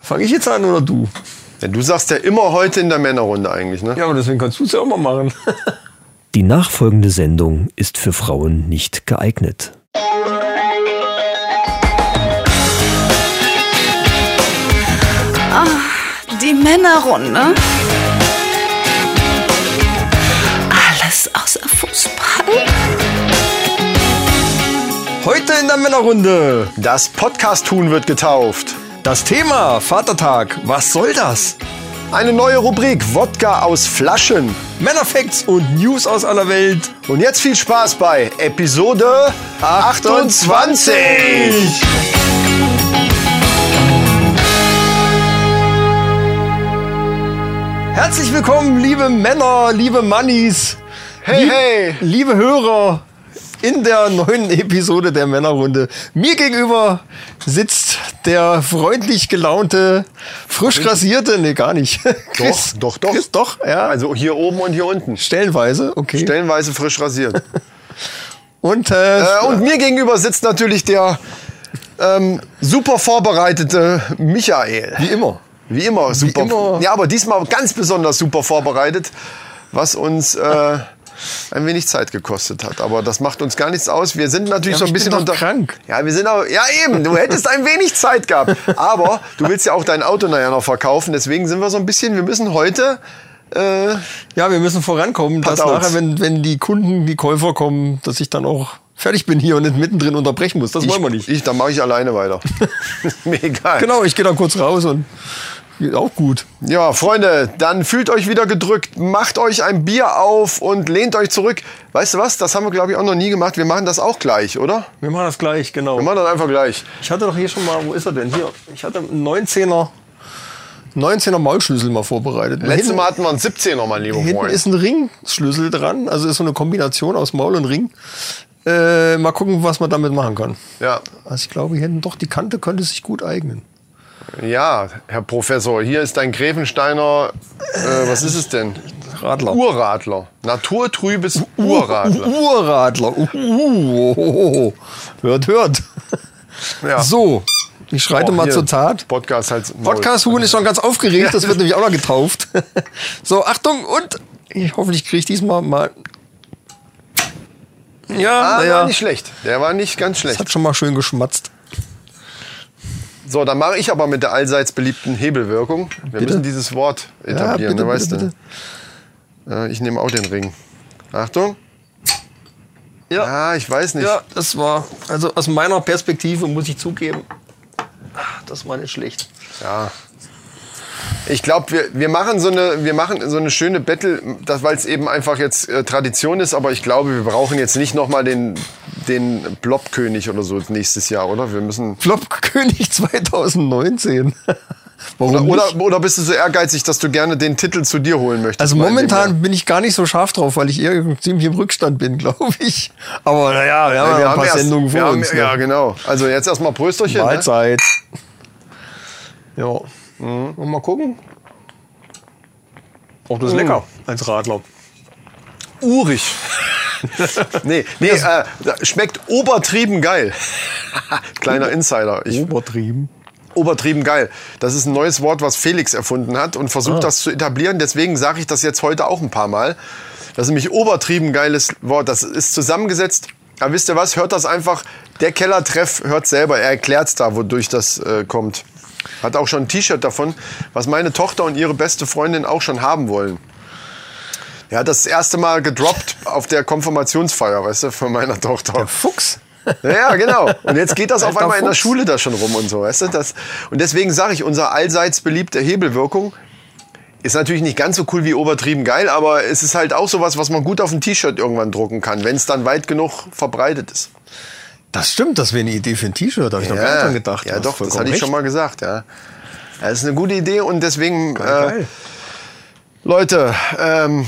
Fange ich jetzt an oder du? Ja, du sagst ja immer heute in der Männerrunde eigentlich, ne? Ja, aber deswegen kannst du es ja auch mal machen. Die nachfolgende Sendung ist für Frauen nicht geeignet. Die Männerrunde. Alles außer Fußball. Heute in der Männerrunde. Das Podcast-Tun wird getauft. Das Thema Vatertag. Was soll das? Eine neue Rubrik Wodka aus Flaschen. Männerfacts und News aus aller Welt. Und jetzt viel Spaß bei Episode 28. Herzlich willkommen, liebe Männer, liebe Mannis. Hey, hey. Liebe Hörer, in der neuen Episode der Männerrunde. Mir gegenüber sitzt der freundlich gelaunte, frisch rasierte, nee, gar nicht. Chris, doch, doch. Chris, doch, ja. Also hier oben und hier unten. Stellenweise, okay. Stellenweise frisch rasiert. und, äh, äh, und mir gegenüber sitzt natürlich der ähm, super vorbereitete Michael. wie immer. Wie immer super. immer. Ja, aber diesmal ganz besonders super vorbereitet, was uns äh, ein wenig Zeit gekostet hat. Aber das macht uns gar nichts aus. Wir sind natürlich Ja, aber so ein ich bisschen bin doch unter. krank. Ja, wir sind auch. Ja, eben. Du hättest ein wenig Zeit gehabt. Aber du willst ja auch dein Auto nachher noch verkaufen. Deswegen sind wir so ein bisschen. Wir müssen heute. Äh, Ja, wir müssen vorankommen, dass Pardon. nachher, wenn, wenn die Kunden, die Käufer kommen, dass ich dann auch fertig bin hier und nicht mittendrin unterbrechen muss. Das wollen wir nicht. Ich, dann mache ich alleine weiter. Mir egal. Genau, ich gehe dann kurz raus und geht auch gut. Ja, Freunde, dann fühlt euch wieder gedrückt, macht euch ein Bier auf und lehnt euch zurück. Weißt du was? Das haben wir, glaube ich, auch noch nie gemacht. Wir machen das auch gleich, oder? Wir machen das gleich, genau. Wir machen das einfach gleich. Ich hatte doch hier schon mal, wo ist er denn? Hier, ich hatte einen 19er, 19er Maulschlüssel mal vorbereitet. Letztes hinten, Mal hatten wir einen 17er, mein lieber hinten Freund. ist ein Ringschlüssel dran, also ist so eine Kombination aus Maul und Ring. Äh, mal gucken, was man damit machen kann. Ja. Also ich glaube, hier hinten doch die Kante könnte sich gut eignen. ja, Herr Professor, hier ist dein Gräfensteiner, äh, was ist es denn? Radler. Urradler. Naturtrübes Urradler. Urradler. Uh, uh, oh, oh, oh. Hört, hört. Ja. So, ich schreite Oh, mal hier. zur Tat. Podcast halt. Maul. Podcast-Huhn ist schon ganz aufgeregt, das wird nämlich auch noch getauft. So, Achtung und ich hoffentlich kriege ich diesmal mal. Ja, Ah, na der ja, war nicht schlecht. Der war nicht ganz das schlecht. hat schon mal schön geschmatzt. So, dann mache ich aber mit der allseits beliebten Hebelwirkung. Wir müssen dieses Wort etablieren, bitte, du weißt bitte, ne? Äh, Ich nehme auch den Ring. Achtung. Ja, ich weiß nicht. Ja, das war, also aus meiner Perspektive muss ich zugeben, ah, das war nicht schlecht. Ja. Ich glaube, wir, wir machen so eine, wir machen so eine schöne Battle, weil es eben einfach jetzt äh, Tradition ist. Aber ich glaube, wir brauchen jetzt nicht noch mal den den Blobkönig oder so nächstes Jahr, oder? Wir müssen Flopkönig 2019. Warum oder, Also nicht? oder, oder bist du so ehrgeizig, dass du gerne den Titel zu dir holen möchtest? Also mal in dem Jahr? momentan bin ich gar nicht so scharf drauf, weil ich eher ziemlich im Rückstand bin, glaube ich. Aber naja, wir haben ja, wir noch ein paar erst- Sendungen wir vor haben- uns. Ja, ne? genau. Also jetzt erstmal Prösterchen. Ne? Mahlzeit. Mhm. Ja. Und mal gucken. Mhm. Oh, Auch das ist lecker als Radler. Urig. nee, nee äh, da- schmeckt obertrieben geil. Kleiner Insider. Ich, Übertrieben. obertrieben geil. Das ist ein neues Wort, was Felix erfunden hat und versucht das zu etablieren. Deswegen sage ich das jetzt heute auch ein paar Mal. Das ist nämlich obertrieben geiles Wort. Das ist zusammengesetzt. Aber wisst ihr was? Hört das einfach. Der Kellertreff hört selber. Er erklärt's da, wodurch das äh, kommt. Hat auch schon ein T-Shirt davon, was meine Tochter und ihre beste Freundin auch schon haben wollen. Er hat das erste Mal gedroppt auf der Konfirmationsfeier, weißt du, von meiner Tochter. Fuchs. Ja, Ja, genau. Und jetzt geht das auf Alter einmal in der Fuchs. Schule da schon rum und so, weißt du? Das, und deswegen sage ich, unser allseits beliebte Hebelwirkung ist natürlich nicht ganz so cool wie übertrieben geil, aber es ist halt auch sowas, was man gut auf ein T-Shirt irgendwann drucken kann, wenn es dann weit genug verbreitet ist. Das stimmt, das wäre eine Idee für ein T-Shirt. Da habe ich noch gar nicht dran gedacht. ja Du hast doch, das vollkommen hatte ich schon recht. mal gesagt, ja. Das ist eine gute Idee und deswegen, äh, Geil. Leute, ähm,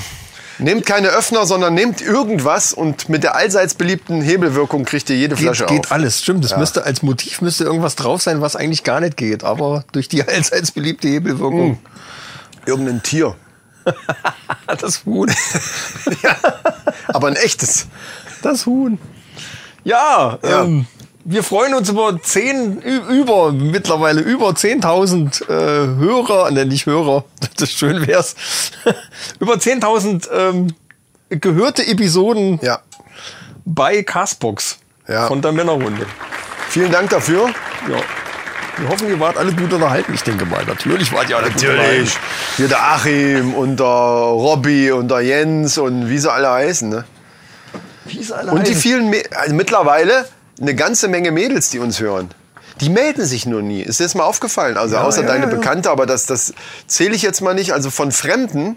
nehmt keine Öffner, sondern nehmt irgendwas und mit der allseits beliebten Hebelwirkung kriegt ihr jede Flasche Geht, geht auf. alles, stimmt. Das müsste als Motiv müsste irgendwas drauf sein, was eigentlich gar nicht geht, aber durch die allseits beliebte Hebelwirkung. Mhm. Irgendein Tier. Ah, Das Huhn. Ja, aber ein echtes. Das Huhn. Ja, Ja. Ähm, Wir freuen uns über zehn, ü- über mittlerweile über 10.000 äh, Hörer, ne, nicht Hörer, das schön wär's, über 10.000 ähm, gehörte Episoden Ja. bei Castbox Ja. von der Männerrunde. Vielen Dank dafür. Ja. Wir hoffen, ihr wart alle gut unterhalten. Ich denke mal, natürlich wart ihr alle gut unterhalten. Hier der Achim und der Robby und der Jens und wie sie alle heißen. Ne? Wie sie alle Und die heißen. vielen, Mä- also mittlerweile eine ganze Menge Mädels, die uns hören. Die melden sich nur nie. Ist dir das mal aufgefallen? Also außer ja, deine ja. Bekannte, aber das, das zähle ich jetzt mal nicht. Also von Fremden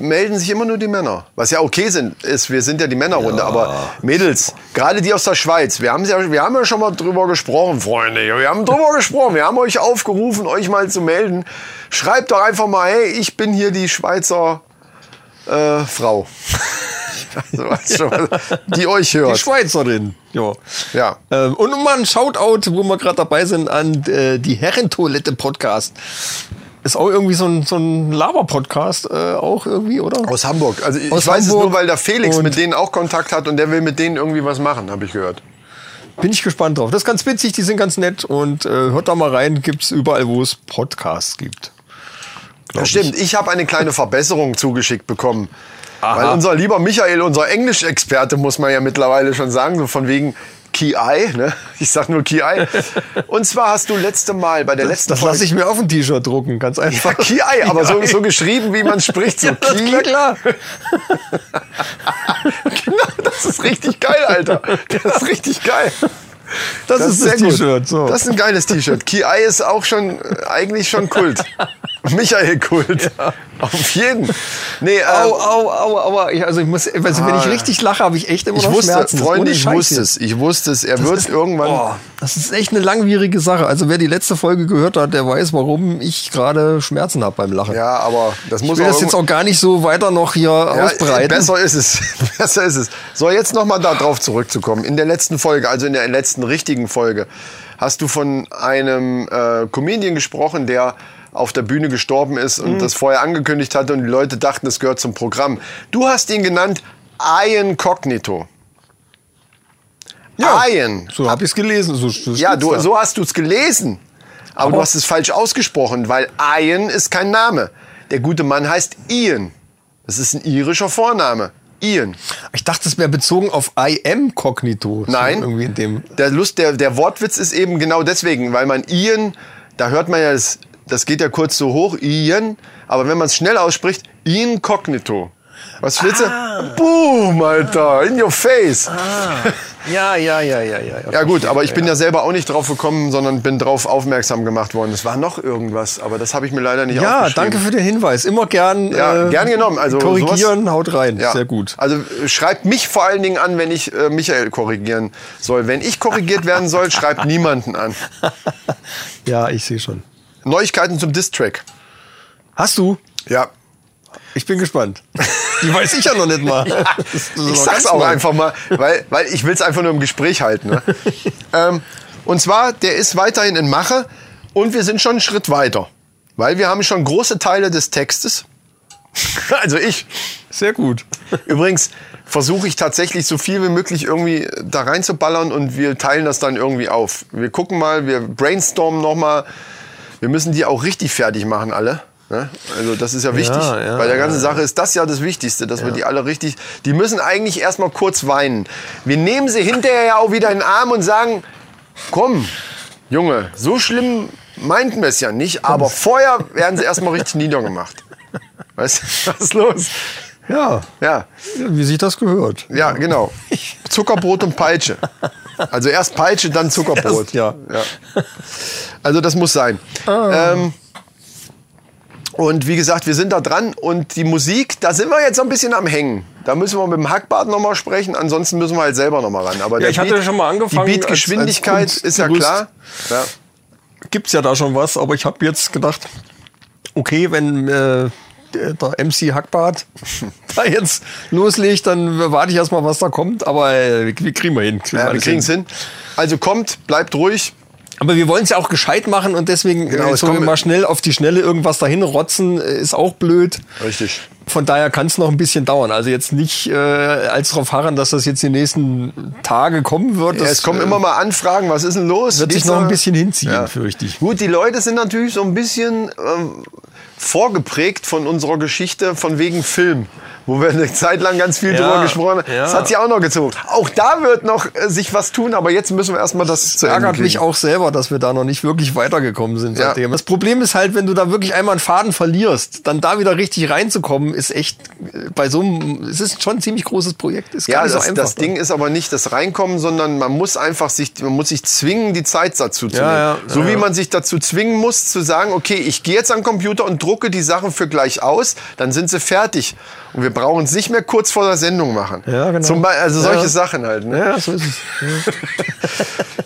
melden sich immer nur die Männer. Was ja okay sind, ist, wir sind ja die Männerrunde, aber Mädels, gerade die aus der Schweiz, wir haben, ja, wir haben ja schon mal drüber gesprochen, Freunde. Wir haben drüber gesprochen, wir haben euch aufgerufen, euch mal zu melden. Schreibt doch einfach mal, hey, ich bin hier die Schweizer äh, Frau. also, weißt du, die euch Die hört. Schweizerin. Ja. Ja. Ähm, und mal ein Shoutout, wo wir gerade dabei sind, an äh, die Herrentoilette Podcast. Ist auch irgendwie so ein, so ein Laber-Podcast, äh, auch irgendwie, oder? Aus Hamburg. Also ich Aus weiß es Hamburg. nur, weil der Felix Und- mit denen auch Kontakt hat und der will mit denen irgendwie was machen, habe ich gehört. Bin ich gespannt drauf. Das ist ganz witzig, die sind ganz nett und äh, hört da mal rein. Gibt's überall, wo es Podcasts gibt. Glaub Das stimmt. Ich habe eine kleine Verbesserung zugeschickt bekommen. Aha. Weil unser lieber Michael, unser Englischexperte, muss man ja mittlerweile schon sagen, so von wegen Ki Eye, ne? Ich sag nur Ki Eye. Und zwar hast du letzte Mal bei der Das, letzten das lasse ich mir auf ein T-Shirt drucken, ganz Ja, einfach. Ki Eye, aber so, Ki-Ei. so geschrieben, wie man spricht, so Ja, das Ki klingt klar. Genau, das ist richtig geil, Alter. Das ist richtig geil. Das ist das sehr gut. T-Shirt, so. Das ist ein geiles T-Shirt. Ki Ai ist auch schon äh, eigentlich schon Kult. Michael Kult. Auf jeden. Nee, äh, Au, au, au, aua. Ich, also ich muss, also wenn ich richtig lache, habe ich echt immer ich noch wusste, Schmerzen. Das ist Freunde, ohne ich Scheiß wusste jetzt. es. Ich wusste es. Er wird ist- Oh. irgendwann. Boah, das ist echt eine langwierige Sache. Also wer die letzte Folge gehört hat, der weiß, warum ich gerade Schmerzen habe beim Lachen. Ja, aber das ich muss will das jetzt irgendwo- auch gar nicht so weiter noch hier Ja, äh, ausbreiten. besser ist es. Besser ist es. So, jetzt nochmal darauf zurückzukommen. In der letzten Folge, also in der letzten richtigen Folge, hast du von einem äh, Comedian gesprochen, der auf der Bühne gestorben ist Mhm. und das vorher angekündigt hatte und die Leute dachten, es gehört zum Programm. Du hast ihn genannt Ian Cognito. Ja. Ian. So habe ich es gelesen. So, so Ja, steht's du, da. so hast du es gelesen. Aber, du hast es falsch ausgesprochen, weil Ian ist kein Name. Der gute Mann heißt Ian. Das ist ein irischer Vorname. Ian. Ich dachte, es wäre bezogen auf I am Cognito. So Nein. Irgendwie in dem. Der, Lust, der, der Wortwitz ist eben genau deswegen, weil man Ian, da hört man ja, das, das geht ja kurz so hoch, Ian, aber wenn man es schnell ausspricht, incognito. Was willst du? Boom, Alter, in your face. Ja, ja, ja, ja, ja. Ja gut, aber ich bin ja selber auch nicht drauf gekommen, sondern bin drauf aufmerksam gemacht worden. Es war noch irgendwas, aber das habe ich mir leider nicht Ja, aufgeschrieben. danke für den Hinweis. Immer gern. äh, Ja, gern genommen. Also korrigieren, sowas- haut rein. Ja. Sehr gut. Also äh, schreibt mich vor allen Dingen an, wenn ich äh, Michael korrigieren soll. Wenn ich korrigiert werden soll, schreibt niemanden an. Ja, ich sehe schon. Neuigkeiten zum Distrack. Hast du? Ja. Ich bin gespannt. Die weiß ich ja noch nicht mal. Das ist noch Ich ganz sag's auch neu. einfach mal, weil, weil ich will's einfach nur im Gespräch halten. Ne? ähm, und zwar, der ist weiterhin in Mache und wir sind schon einen Schritt weiter. Weil wir haben schon große Teile des Textes. also ich. Sehr gut. Übrigens versuche ich tatsächlich so viel wie möglich irgendwie da reinzuballern und wir teilen das dann irgendwie auf. Wir gucken mal, wir brainstormen nochmal. Wir müssen die auch richtig fertig machen, alle. ne? Also das ist ja wichtig. ja, Bei der ganzen ja. Sache ist das ja das Wichtigste, dass wir die alle richtig... Die müssen eigentlich erstmal kurz weinen. Wir nehmen sie hinterher ja auch wieder in den Arm und sagen, komm, Junge, so schlimm meinten wir es ja nicht, aber vorher werden sie erstmal richtig niedergemacht. Weißt du, was ist los? Ja, Ja. wie sich das gehört. Ja, genau. Zuckerbrot und Peitsche. Also erst Peitsche, dann Erst, Zuckerbrot. ja. Ah. ja. Also das muss sein. Ähm, und wie gesagt, wir sind da dran und die Musik, da sind wir jetzt so ein bisschen am Hängen. Da müssen wir mit dem Hackbart nochmal sprechen, ansonsten müssen wir halt selber nochmal ran. Aber der ich hatte Beat- schon mal angefangen Die als- Beatgeschwindigkeit als ist ja Kunstgerüst. klar. Ja. Gibt's ja da schon was, aber ich habe jetzt gedacht, okay, wenn äh, der der MC Hackbart da jetzt loslegt, dann warte ich erstmal, was da kommt. Aber äh, wir kriegen wir hin. Kriegen Ja, wir alles kriegen's hin. Also kommt, bleibt ruhig. Aber wir wollen es ja auch gescheit machen und deswegen Genau, äh, es so kommen- mal schnell auf die Schnelle irgendwas dahin rotzen, äh, ist auch blöd. Richtig. Von daher kann es noch ein bisschen dauern. Also jetzt nicht äh, als darauf harren, dass das jetzt die nächsten Tage kommen wird. Ja, Das, es kommen äh, immer mal Anfragen, was ist denn los? wird sich Geht's noch ein bisschen hinziehen, fürchte ich. Gut, die Leute sind natürlich so ein bisschen ähm, vorgeprägt von unserer Geschichte von wegen Film, wo wir eine Zeit lang ganz viel Ja, drüber gesprochen haben. ja. Das hat sie auch noch gezogen. Auch da wird noch äh, sich was tun, aber jetzt müssen wir erstmal das zu Ende ärgert mich kriegen. auch selber, dass wir da noch nicht wirklich weitergekommen sind Ja. seitdem. Das Problem ist halt, wenn du da wirklich einmal einen Faden verlierst, dann da wieder richtig reinzukommen, ist echt äh, bei so einem, es ist schon ein ziemlich großes Projekt. Ist gar Ja, nicht so das, einfach. ne? das Ding ist aber nicht das Reinkommen, sondern man muss einfach sich, man muss sich zwingen, die Zeit dazu zu Ja, nehmen. ja, so ja, wie ja. man sich dazu zwingen muss, zu sagen, okay, ich gehe jetzt an den Computer und drucke die Sachen für gleich aus, dann sind sie fertig. Und wir brauchen es nicht mehr kurz vor der Sendung machen. Ja, genau. Zum Beispiel, also solche Ja. Sachen halt. Ne? Ja, so ist es.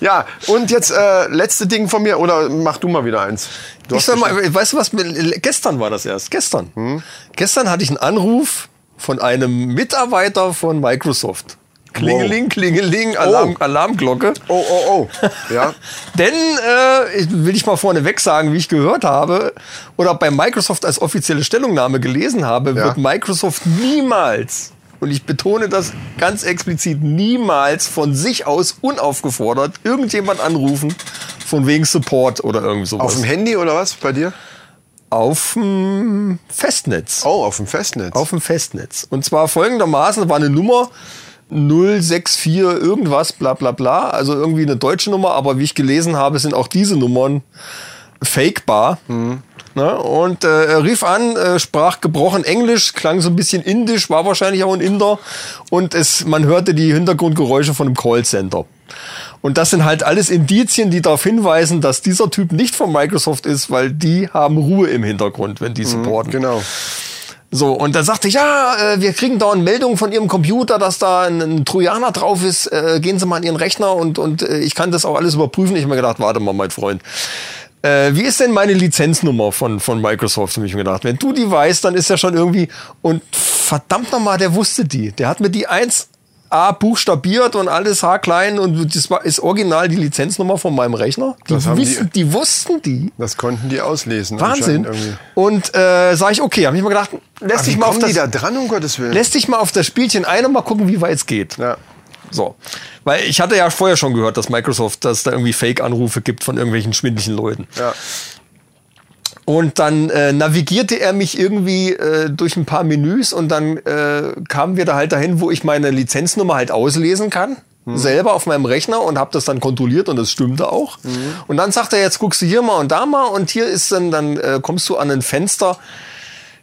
Ja, und jetzt äh, letzte Ding von mir, oder mach du mal wieder eins. Du Ich hast sag Hm? mal, äh, bestimmt- weißt du was, mir- gestern war das erst, gestern. Gestern hatte ich einen Anruf von einem Mitarbeiter von Microsoft. Klingeling, klingeling, Alarm, Oh. Alarmglocke. Oh, oh, oh. Ja. Denn, äh, will ich mal vorneweg sagen, wie ich gehört habe oder bei Microsoft als offizielle Stellungnahme gelesen habe, Ja. wird Microsoft niemals, und ich betone das ganz explizit, niemals von sich aus unaufgefordert irgendjemand anrufen von wegen Support oder irgendwie sowas. Auf dem Handy oder was bei dir? Auf dem Festnetz. Oh, auf dem Festnetz. Auf dem Festnetz. Und zwar folgendermaßen, war eine Nummer 064 irgendwas, bla bla bla. Also irgendwie eine deutsche Nummer, aber wie ich gelesen habe, sind auch diese Nummern fakebar. Ne? Und äh, er rief an, äh, sprach gebrochen Englisch, klang so ein bisschen indisch, war wahrscheinlich auch ein Inder. Und es, man hörte die Hintergrundgeräusche von einem Callcenter. Und das sind halt alles Indizien, die darauf hinweisen, dass dieser Typ nicht von Microsoft ist, weil die haben Ruhe im Hintergrund, wenn die supporten. Genau. So, und dann sagte ich, ja, äh, wir kriegen dauernd Meldungen von Ihrem Computer, dass da ein, ein Trojaner drauf ist. Äh, gehen Sie mal an Ihren Rechner und, und äh, ich kann das auch alles überprüfen. Ich habe mir gedacht, warte mal, mein Freund. Äh, wie ist denn meine Lizenznummer von, von Microsoft? Habe ich mir gedacht, wenn du die weißt, dann ist ja schon irgendwie... Und verdammt nochmal, der wusste die. Der hat mir die 1A buchstabiert und alles haarklein und das war, ist original die Lizenznummer von meinem Rechner. Die, Das haben die- wissen, die wussten die. Das konnten die auslesen. Wahnsinn. anscheinend irgendwie. Und äh, sage ich, okay, habe ich mir gedacht, lässt Aber wie dich, mal auf kommen die das, da dran, um Gottes Willen? lässt dich mal auf das Spielchen ein und mal gucken, wie weit es geht. Ja. So. Weil ich hatte ja vorher schon gehört, dass Microsoft, dass da irgendwie Fake-Anrufe gibt von irgendwelchen schwindlichen Leuten. Ja. Und dann äh, navigierte er mich irgendwie äh, durch ein paar Menüs und dann äh, kamen wir da halt dahin, wo ich meine Lizenznummer halt auslesen kann. Selber auf meinem Rechner und habe das dann kontrolliert und das stimmte auch. Und dann sagt er, jetzt guckst du hier mal und da mal und hier ist dann, dann äh, kommst du an ein Fenster.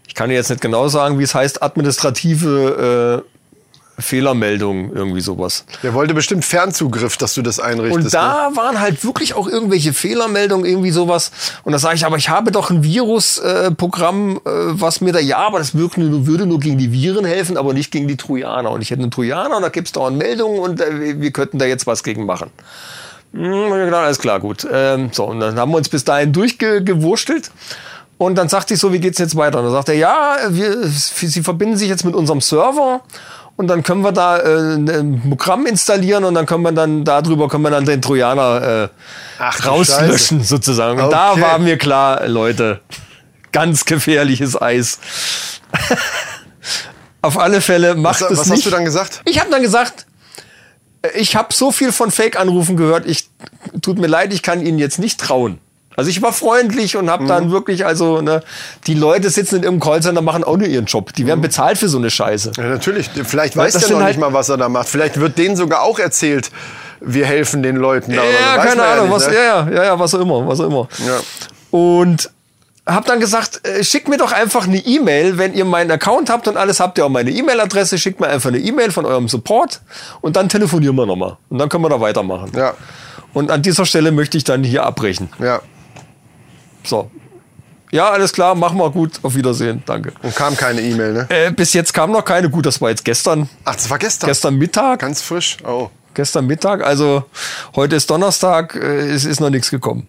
Ich kann dir jetzt nicht genau sagen, wie es heißt, administrative äh, Fehlermeldung, irgendwie sowas. Der wollte bestimmt Fernzugriff, dass du das einrichtest. ne? Und da waren halt wirklich auch irgendwelche Fehlermeldungen, irgendwie sowas. Und da sage ich, aber ich habe doch ein Virusprogramm, äh, Programm, äh, was mir da, ja, aber das wirkt nur, würde nur gegen die Viren helfen, aber nicht gegen die Trojaner. Und ich hätte einen Trojaner und da gibt's dauernd Meldungen und äh, wir- wir könnten da jetzt was gegen machen. Hm, hab ich gedacht, alles klar, gut. Ähm, so, und dann haben wir uns bis dahin durchgewurschtelt. Und dann sagte ich so, wie geht's jetzt weiter? Und dann sagt er, ja, wir, Sie verbinden sich jetzt mit unserem Server und dann können wir da äh, ein Programm installieren und dann können wir dann darüber können wir dann den Trojaner äh, Ach, du rauslöschen sozusagen. Und da Okay. war mir klar, Leute, ganz gefährliches Eis. Auf alle Fälle macht Was, es was nicht. hast du dann gesagt? Ich habe dann gesagt, äh, ich habe so viel von Fake-Anrufen gehört, ich tut mir leid, ich kann Ihnen jetzt nicht trauen. Also ich war freundlich und habe dann wirklich, also ne, die Leute sitzen in irgendeinem Callcenter, machen auch nur ihren Job. Die werden bezahlt für so eine Scheiße. Ja, natürlich. Vielleicht weiß das der noch sind halt nicht mal, was er da macht. Vielleicht wird denen sogar auch erzählt, wir helfen den Leuten. da oder so. Ja, Genau, Weiß keine man Ahnung, nicht, was, ne? ja, ja, ja, ja, was auch immer, was auch immer. Ja. Und hab dann gesagt, äh, schickt mir doch einfach eine E-Mail, wenn ihr meinen Account habt und alles habt ihr auch meine E-Mail-Adresse, schickt mir einfach eine E-Mail von eurem Support und dann telefonieren wir nochmal. Und dann können wir da weitermachen. Ja. Und an dieser Stelle möchte ich dann hier abbrechen. ja. So. Ja, alles klar, machen wir gut. Auf Wiedersehen. Danke. Und kam keine E-Mail, ne? Äh, bis jetzt kam noch keine. Gut, das war jetzt gestern. Ach, das war gestern. Gestern Mittag. Ganz frisch. Oh. Gestern Mittag. Also heute ist Donnerstag. Äh, es ist noch nichts gekommen.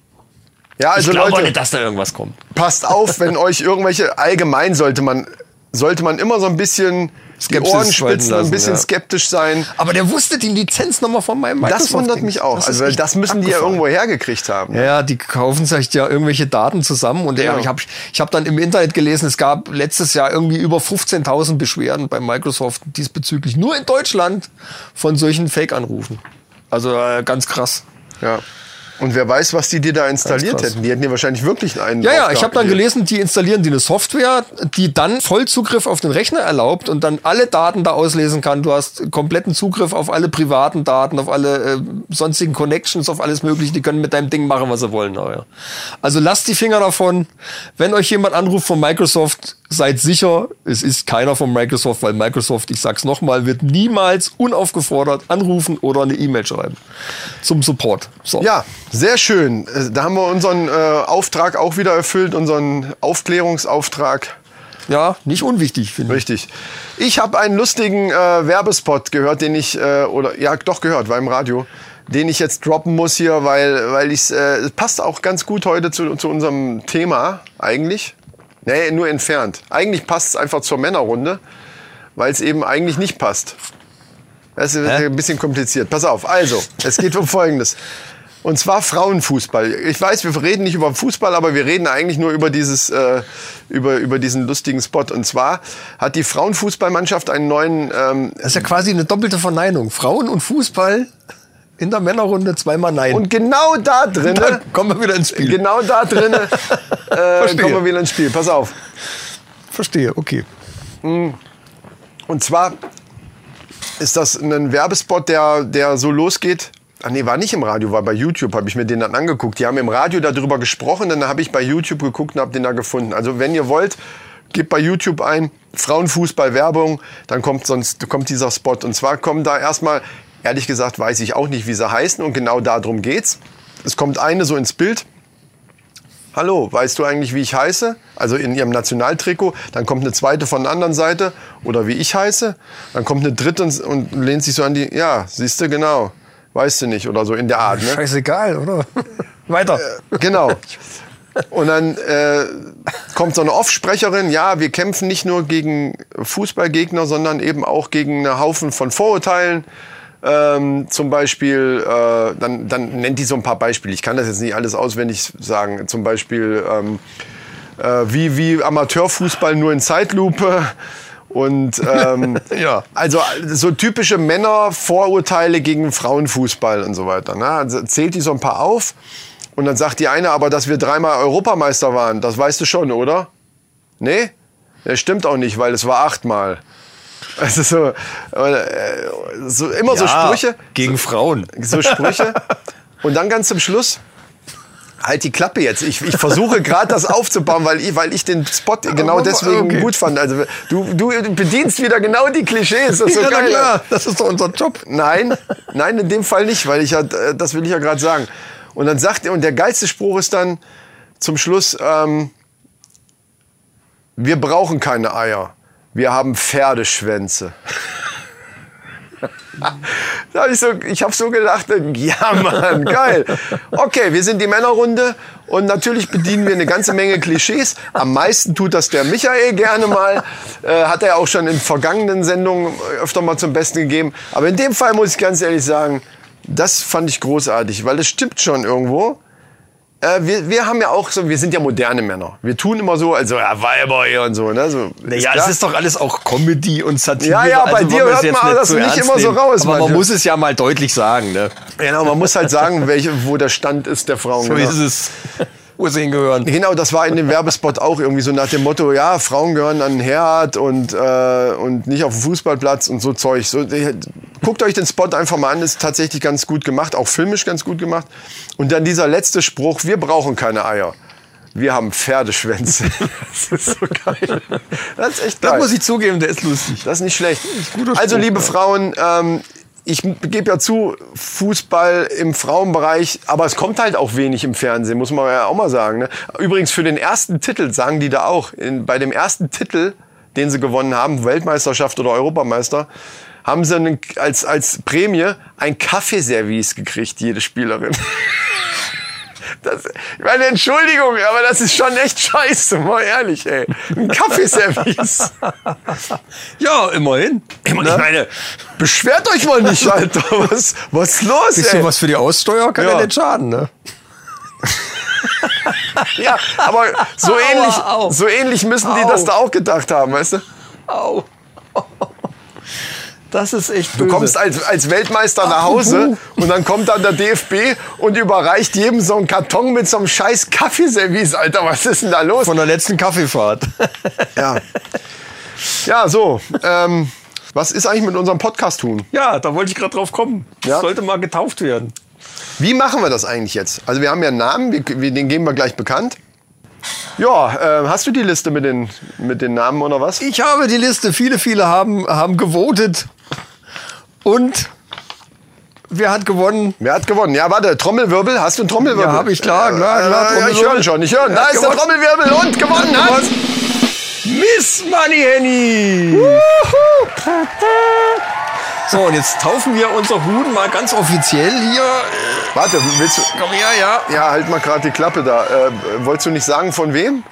Ja, also Leute, dass da irgendwas kommt. passt auf, wenn euch irgendwelche allgemein sollte man sollte man immer so ein bisschen die Skepsis walten Ohrenspitzen lassen, ein bisschen ja. skeptisch sein. Aber der wusste die Lizenznummer von meinem Das wundert Microsoft-Ding. mich auch. ist also echt das müssen die ja abgefahren. irgendwo hergekriegt haben. Ja, die kaufen sich ja irgendwelche Daten zusammen und ja. Ja. ich habe ich hab dann im Internet gelesen, es gab letztes Jahr irgendwie über 15.000 Beschwerden bei Microsoft diesbezüglich nur in Deutschland von solchen Fake-Anrufen. Also äh, ganz krass. Ja. Und wer weiß, was die dir da installiert Ganz krass. hätten. Die hätten dir wahrscheinlich wirklich einen. Ja, drauf ja, ich gehabt habe dann hier. gelesen, die installieren die eine Software, die dann Vollzugriff auf den Rechner erlaubt und dann alle Daten da auslesen kann. Du hast kompletten Zugriff auf alle privaten Daten, auf alle äh, sonstigen Connections, auf alles Mögliche. Die können mit deinem Ding machen, was sie wollen. Aber, ja. Also lasst die Finger davon. Wenn euch jemand anruft von Microsoft, seid sicher, es ist keiner von Microsoft, weil Microsoft, ich sag's nochmal, wird niemals unaufgefordert anrufen oder eine E-Mail schreiben zum Support. So. Ja, sehr schön. Äh, Da haben wir unseren äh, Auftrag auch wieder erfüllt, unseren Aufklärungsauftrag. ja, nicht unwichtig, finde ich. Richtig. Ich habe einen lustigen äh, Werbespot gehört, den ich, äh, oder ja, doch gehört, war im Radio, den ich jetzt droppen muss hier, weil, weil ich äh, passt auch ganz gut heute zu, zu unserem Thema eigentlich. Nee, nur entfernt. Eigentlich passt es einfach zur Männerrunde, weil es eben eigentlich nicht passt. Das ist ein bisschen kompliziert. Pass auf. Also, es geht um Folgendes. Und zwar Frauenfußball. Ich weiß, wir reden nicht über Fußball, aber wir reden eigentlich nur über, dieses, äh, über, über diesen lustigen Spot. Und zwar hat die Frauenfußballmannschaft einen neuen ähm, Das ist ja quasi eine doppelte Verneinung. Frauen und Fußball in der Männerrunde zweimal nein. Und genau da drin, dann kommen wir wieder ins Spiel. genau da drin, äh, Verstehe. kommen wir wieder ins Spiel. Pass auf. Verstehe, okay. Und zwar ist das ein Werbespot, der, der so losgeht. Ah nee, war nicht im Radio, war bei YouTube, habe ich mir den dann angeguckt. Die haben im Radio darüber gesprochen, dann habe ich bei YouTube geguckt und habe den da gefunden. Also wenn ihr wollt, gebt bei YouTube ein, Frauenfußball-Werbung, dann kommt sonst kommt dieser Spot. Und zwar kommen da erstmal, ehrlich gesagt, weiß ich auch nicht, wie sie heißen und genau darum geht's. Es kommt eine so ins Bild, Hallo, weißt du eigentlich, wie ich heiße? Also in ihrem Nationaltrikot. Dann kommt eine zweite von der anderen Seite. Oder wie ich heiße. Dann kommt eine dritte und, und lehnt sich so an die. Ja, siehst du, genau. Weißt du nicht. Oder so in der Art. Ne? Scheißegal, oder? Weiter. Genau. Und dann äh, kommt so eine Offsprecherin, ja, wir kämpfen nicht nur gegen Fußballgegner, sondern eben auch gegen einen Haufen von Vorurteilen. Ähm, zum Beispiel, äh, dann, dann nennt die so ein paar Beispiele. Ich kann das jetzt nicht alles auswendig sagen. Zum Beispiel, ähm, äh, wie, wie Amateurfußball nur in Zeitlupe. Und ähm, Ja. also so typische Männervorurteile gegen Frauenfußball und so weiter. Ne? Also zählt die so ein paar auf und dann sagt die eine, aber dass wir dreimal Europameister waren, das weißt du schon, oder? Nee? Das stimmt auch nicht, weil es war achtmal. Also so, äh, so immer so Also Sprüche Gegen Frauen. so Sprüche. Und dann ganz zum Schluss. Halt die Klappe jetzt. Ich, ich versuche gerade das aufzubauen, weil ich, weil ich den Spot genau deswegen Ah, Okay. gut fand. Also du, du bedienst wieder genau die Klischees. Das ist so Ja, na geil. klar, das ist doch unser Job. Nein, nein, in dem Fall nicht, weil ich ja, äh, das will ich ja gerade sagen. Und dann sagt er, und der geilste Spruch ist dann zum Schluss, ähm, wir brauchen keine Eier, wir haben Pferdeschwänze. Da hab ich so, ich habe so gedacht, ja Mann, geil. Okay, wir sind die Männerrunde und natürlich bedienen wir eine ganze Menge Klischees. Am meisten tut das der Michael gerne mal. Äh, hat er auch schon in vergangenen Sendungen äh, öfter mal zum Besten gegeben. Aber in dem Fall muss ich ganz ehrlich sagen, das fand ich großartig, weil das stimmt schon irgendwo. Äh, wir, wir haben ja auch so, wir sind ja moderne Männer. Wir tun immer so, also ja, Weiber hier und so. Ne? so Naja, klar. es ist doch alles auch Comedy und Satire. Also Ja, ja, bei wollen wir dir es hört jetzt man das so nicht ernst immer so nehmen. raus, Aber man manche. muss es ja mal deutlich sagen, ne? Genau, man muss halt sagen, welche, wo der Stand ist der Frauen. So genau. ist es. Wo sie hingehören. Genau, das war in dem Werbespot auch irgendwie so nach dem Motto, ja, Frauen gehören an den Herd und, äh, und nicht auf den Fußballplatz und so Zeug. So, die- guckt euch den Spot einfach mal an, ist tatsächlich ganz gut gemacht, auch filmisch ganz gut gemacht. Und dann dieser letzte Spruch, wir brauchen keine Eier. Wir haben Pferdeschwänze. Das ist so geil. Das ist echt geil. Das muss ich zugeben, der ist lustig. Das ist nicht schlecht. also, liebe Frauen, ähm, ich gebe ja zu, Fußball im Frauenbereich, aber es kommt halt auch wenig im Fernsehen, muss man ja auch mal sagen. Ne? Übrigens, für den ersten Titel sagen die da auch, in, bei dem ersten Titel, den sie gewonnen haben, Weltmeisterschaft oder Europameister, haben sie einen, als, als Prämie ein Kaffeeservice gekriegt, jede Spielerin. Das, ich meine, Entschuldigung, aber das ist schon echt scheiße, mal ehrlich, ey. Ein Kaffeeservice. Ja, immerhin. Ne? Immer, ich meine, Ne? beschwert euch mal nicht, Alter. Was, was ist los, Bisschen ey? was für die Aussteuer kann Ja. ja, nicht schaden, ne? Ja, aber so Aua, ähnlich, au. so ähnlich müssen die das Au. da auch gedacht haben, weißt du? Au. Das ist echt böse. Du kommst als, als Weltmeister nach Hause und dann kommt dann der DFB und überreicht jedem so einen Karton mit so einem scheiß Kaffeeservice, Alter. Was ist denn da los? von der letzten Kaffeefahrt. ja. ja, so. Ähm, was ist eigentlich mit unserem Podcast tun? Ja, da wollte ich gerade drauf kommen. Ja. Sollte mal getauft werden. Wie machen wir das eigentlich jetzt? Also wir haben ja einen Namen, wir, wir, den geben wir gleich bekannt. Ja, äh, hast du die Liste mit den, mit den Namen oder was? Ich habe die Liste. Viele, viele haben, haben gewotet. Und wer hat gewonnen? Wer hat gewonnen? Ja, warte, Trommelwirbel. Hast du einen Trommelwirbel? Ja, hab ich, klar, klar, klar, Ja, ja, ich höre ihn Trommelwirbel. schon, ich höre ihn. Da Hat ist der gewonnen. Trommelwirbel und gewonnen Hat hat. gewonnen. Miss Money Henny! So, und jetzt taufen wir unser Huhn mal ganz offiziell hier. Äh, Warte, willst du. Komm her, ja. Ja, halt mal gerade die Klappe da. Äh, wolltest du nicht sagen, von wem?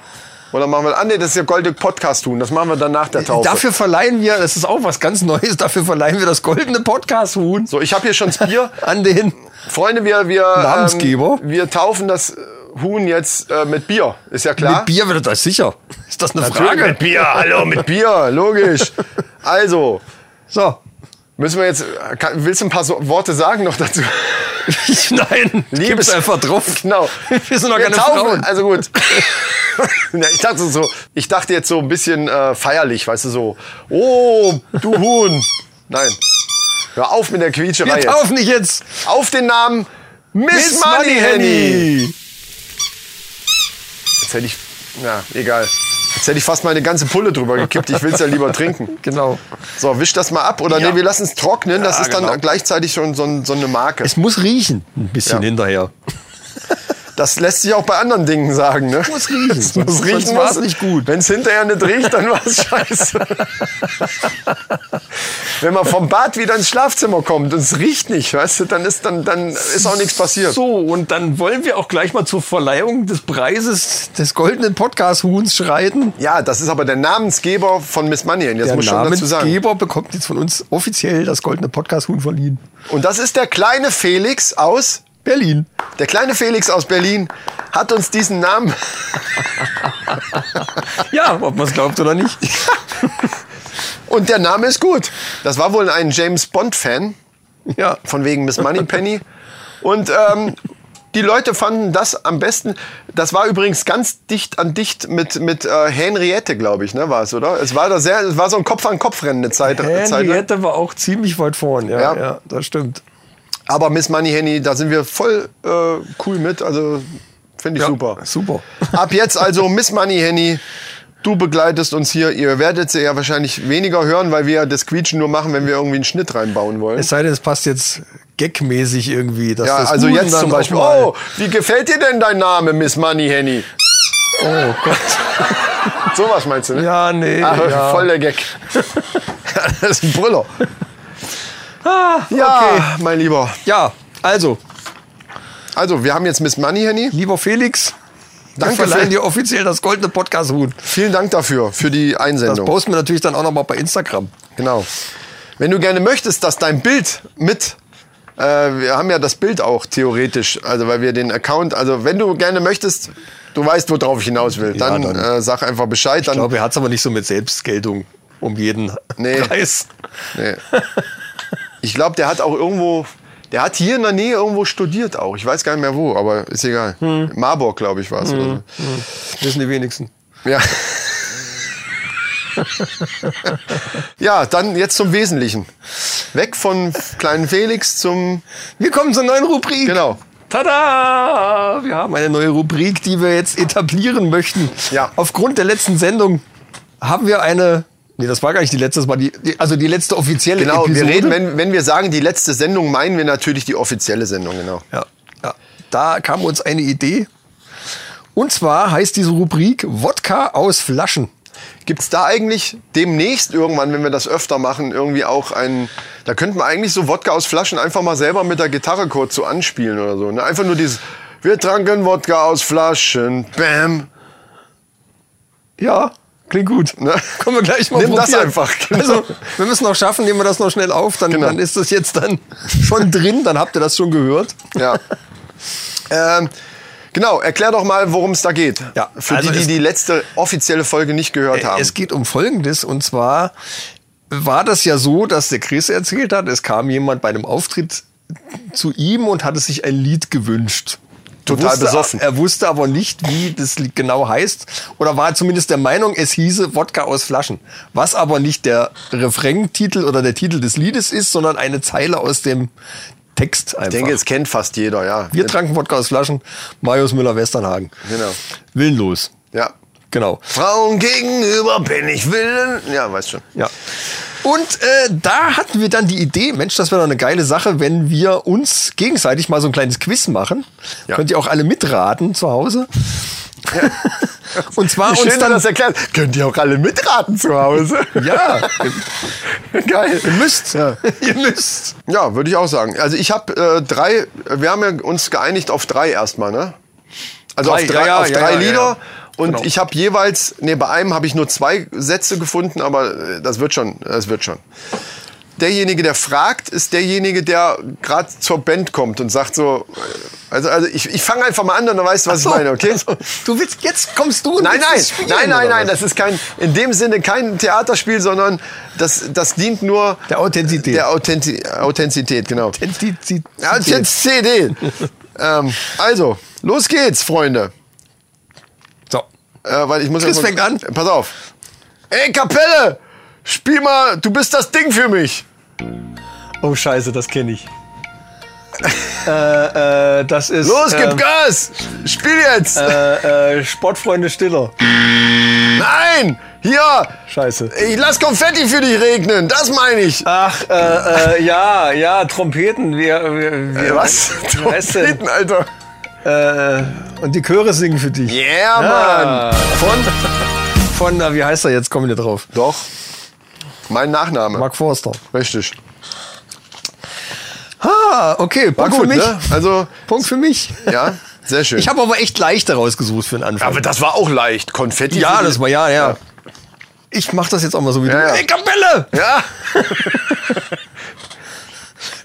Oder machen wir. Ah, nee, das ist ja Goldig Podcast tun. Das machen wir dann nach der Taufe. Dafür verleihen wir, das ist auch was ganz Neues, dafür verleihen wir das goldene Podcast-Huhn So, ich habe hier schon das Bier. an den. Freunde, wir. wir ähm, Namensgeber? wir taufen das äh, Huhn jetzt äh, mit Bier. Ist ja klar. Mit Bier wird das sicher. Ist das eine Natürlich Frage? Mit Bier, hallo, mit Bier, logisch. Also, So. müssen wir jetzt. Kann, willst du ein paar so Worte sagen noch dazu? Nein, Liebes- Liebes einfach drauf. Genau. Wir sind doch keine taufen, Frauen. Also gut. Na, ich, dachte so, ich dachte jetzt so ein bisschen äh, feierlich, weißt du, so. Oh, du Huhn. Nein. Hör auf mit der Quietscherei Wir jetzt. taufen dich jetzt. Auf den Namen Miss, Miss Money, Henny. Henny. Jetzt hätte ich. Na, egal. Jetzt hätte ich fast meine ganze Pulle drüber gekippt. Ich will es ja lieber trinken. Genau. So, wisch das mal ab. Oder Ja. nee, wir lassen es trocknen. Das Ja, ist dann genau. gleichzeitig schon so, ein- so eine Marke. Es muss riechen. Ein bisschen Ja. hinterher. Das lässt sich auch bei anderen Dingen sagen, ne? Muss riechen. Es muss Sonst- riechen, sonst war's muss- nicht gut. Wenn's hinterher nicht riecht, dann war's scheiße. Wenn man vom Bad wieder ins Schlafzimmer kommt und es riecht nicht, weißt du, dann ist, dann, dann ist auch nichts passiert. So, und dann wollen wir auch gleich mal zur Verleihung des Preises des goldenen Podcast-Huhns schreiten. Ja, das ist aber der Namensgeber von Miss Money. Jetzt Der muss ich schon dazu sagen. Namensgeber bekommt jetzt von uns offiziell das goldene Podcast-Huhn verliehen. Und das ist der kleine Felix aus Berlin. der kleine Felix aus Berlin hat uns diesen Namen. Ja, ob man es glaubt oder nicht. Und der Name ist gut. Das war wohl ein James Bond-Fan. Ja. von wegen Miss Moneypenny. Und ähm, die Leute fanden das am besten. Das war übrigens ganz dicht an dicht mit, mit äh, Henriette, glaube ich, ne, war es, oder? Es war, da sehr, es war so ein Kopf-an-Kopf-Rennen eine Zeit, Zeit lang. Henriette war auch ziemlich weit vorn. Ja, Ja. ja. das stimmt. Aber Miss Money Henny, da sind wir voll äh, cool mit. Also finde ich Ja, super. super. Ab jetzt also Miss Money Henny. Du begleitest uns hier. Ihr werdet sie ja wahrscheinlich weniger hören, weil wir ja das Quietschen nur machen, wenn wir irgendwie einen Schnitt reinbauen wollen. Es sei denn, es passt jetzt gagmäßig irgendwie. Dass Ja, das also Huhn jetzt dann zum auch Beispiel. mal- Oh, wie gefällt dir denn dein Name, Miss Money Henny? oh Gott. Sowas meinst du, ne? Ja, nee. Ah, ja. Voll der Gag. das ist ein Brüller. Ja, mein Lieber. Ah, Ja, also, Also, wir haben jetzt Miss Money Henny. lieber Felix, danke Danke verleihen für- dir offiziell das goldene Podcast-Huhn. Vielen Dank dafür, für die Das Einsendung. posten wir natürlich dann auch noch mal bei Instagram. Genau. Wenn du gerne möchtest, dass dein Bild mit. Äh, wir haben ja das Bild auch theoretisch, also weil wir den Account. Also, wenn du gerne möchtest, du weißt, worauf ich hinaus will, Ja, dann, dann- Äh, sag einfach Bescheid. Ich Dann, glaube, er hat es aber nicht so mit Selbstgeltung um jeden Nee. Preis. Nee. Ich glaube, der hat auch irgendwo, der hat hier in der Nähe irgendwo studiert auch. Ich weiß gar nicht mehr wo, aber ist egal. Hm. Marburg, glaube ich, war es. oder Wissen die wenigsten. so. Ja. ja, dann jetzt zum Wesentlichen. Weg von kleinen Felix zum. Wir kommen zur neuen Rubrik. Genau. Tada! Wir haben eine neue Rubrik, die wir jetzt etablieren möchten. Ja. Aufgrund der letzten Sendung haben wir eine. Nee, das war gar nicht die letzte, das war die, die also die letzte offizielle Genau, Episode. wir reden, wenn, wenn wir sagen, die letzte Sendung, meinen wir natürlich die offizielle Sendung, genau. ja, ja. Da kam uns eine Idee. Und zwar heißt diese Rubrik Wodka aus Flaschen. Gibt es da eigentlich demnächst irgendwann, wenn wir das öfter machen, irgendwie auch einen. Da könnten wir eigentlich so Wodka aus Flaschen einfach mal selber mit der Gitarre kurz so anspielen oder so. Ne? Einfach nur dieses. Wir tranken Wodka aus Flaschen. Bam. Ja, klingt gut. Ne? Können wir gleich mal Nimm probieren. das einfach, genau. Also, wenn wir es noch schaffen, nehmen wir das noch schnell auf. Dann, Genau. dann ist das jetzt dann schon drin. Dann habt ihr das schon gehört. Ja. ähm, genau, erklär doch mal, worum es da geht. Ja, Für also die, die es- die letzte offizielle Folge nicht gehört haben. Es geht um Folgendes und zwar war das ja so, dass der Chris erzählt hat, es kam jemand bei einem Auftritt zu ihm und hatte sich ein Lied gewünscht. Total Er wusste, besoffen. Er wusste aber nicht, wie das Lied genau heißt oder war zumindest der Meinung, es hieße Wodka aus Flaschen, was aber nicht der Refrain-Titel oder der Titel des Liedes ist, sondern eine Zeile aus dem Text einfach. ich denke, es kennt fast jeder, ja. Wir tranken Wodka aus Flaschen, Marius Müller-Westernhagen. Genau. Willenlos. ja. Genau. Frauen gegenüber bin ich willen. Ja, weiß schon. Ja. Und äh, da hatten wir dann die Idee, Mensch, das wäre doch eine geile Sache, wenn wir uns gegenseitig mal so ein kleines Quiz machen. Ja. Könnt ihr auch alle mitraten zu Hause. Ah, Und zwar Wie uns schön, dann dass das erklärt. Könnt ihr auch alle mitraten zu Hause? ja, Geil. ihr müsst, Ja. ihr müsst. Ja, würde ich auch sagen. Also ich habe äh, drei, wir haben ja uns geeinigt auf drei erstmal, ne? Also Drei, auf drei, ja, ja, auf ja, drei ja, ja. Lieder. Und Genau. ich habe jeweils, nee, bei einem habe ich nur zwei Sätze gefunden, aber äh, das wird schon, das wird schon. Derjenige, der fragt, ist derjenige, der gerade zur Band kommt und sagt so, äh, also, also ich, ich fange einfach mal an und dann weißt du, was So, ich meine, okay? also, du willst jetzt kommst du und Nein, willst nein, das spielen, nein, nein, oder nein, was? das ist kein, in dem Sinne kein Theaterspiel, sondern das, das dient nur Der Authentizität. Der Authenti Authentizität, genau. Authentizität. Ja, jetzt CD. ähm, also, los geht's, Freunde. So. Äh, weil ich muss Chris erst mal- fängt an. Pass auf. Ey, Kapelle! Spiel mal, du bist das Ding für mich. Oh Scheiße, das kenne ich. äh, äh, das ist Los, gib ähm, Gas! Spiel jetzt! äh, äh, Sportfreunde Stiller. Nein! Hier! Scheiße. Ich lass Konfetti für dich regnen, das meine ich. Ach, äh, äh, ja, ja, Trompeten. Wir, wir, wir Äh, was? wie heißt denn? Trompeten, Alter. Äh, und die Chöre singen für dich. Yeah, Ah. Mann! Von? Von, na, wie heißt er jetzt? Kommen wir drauf. Doch. Mein Nachname. Mark Forster. Richtig. Ah, okay, Punkt für mich. ne? Also, Punkt für mich. ja, sehr schön. Ich habe aber echt leichte rausgesucht für den Anfang. Aber das war auch leicht. Konfetti. ja, für das dich. war ja, ja. Ich mach das jetzt auch mal so wie Ja, du. ja. Ey, Kapelle! Ja.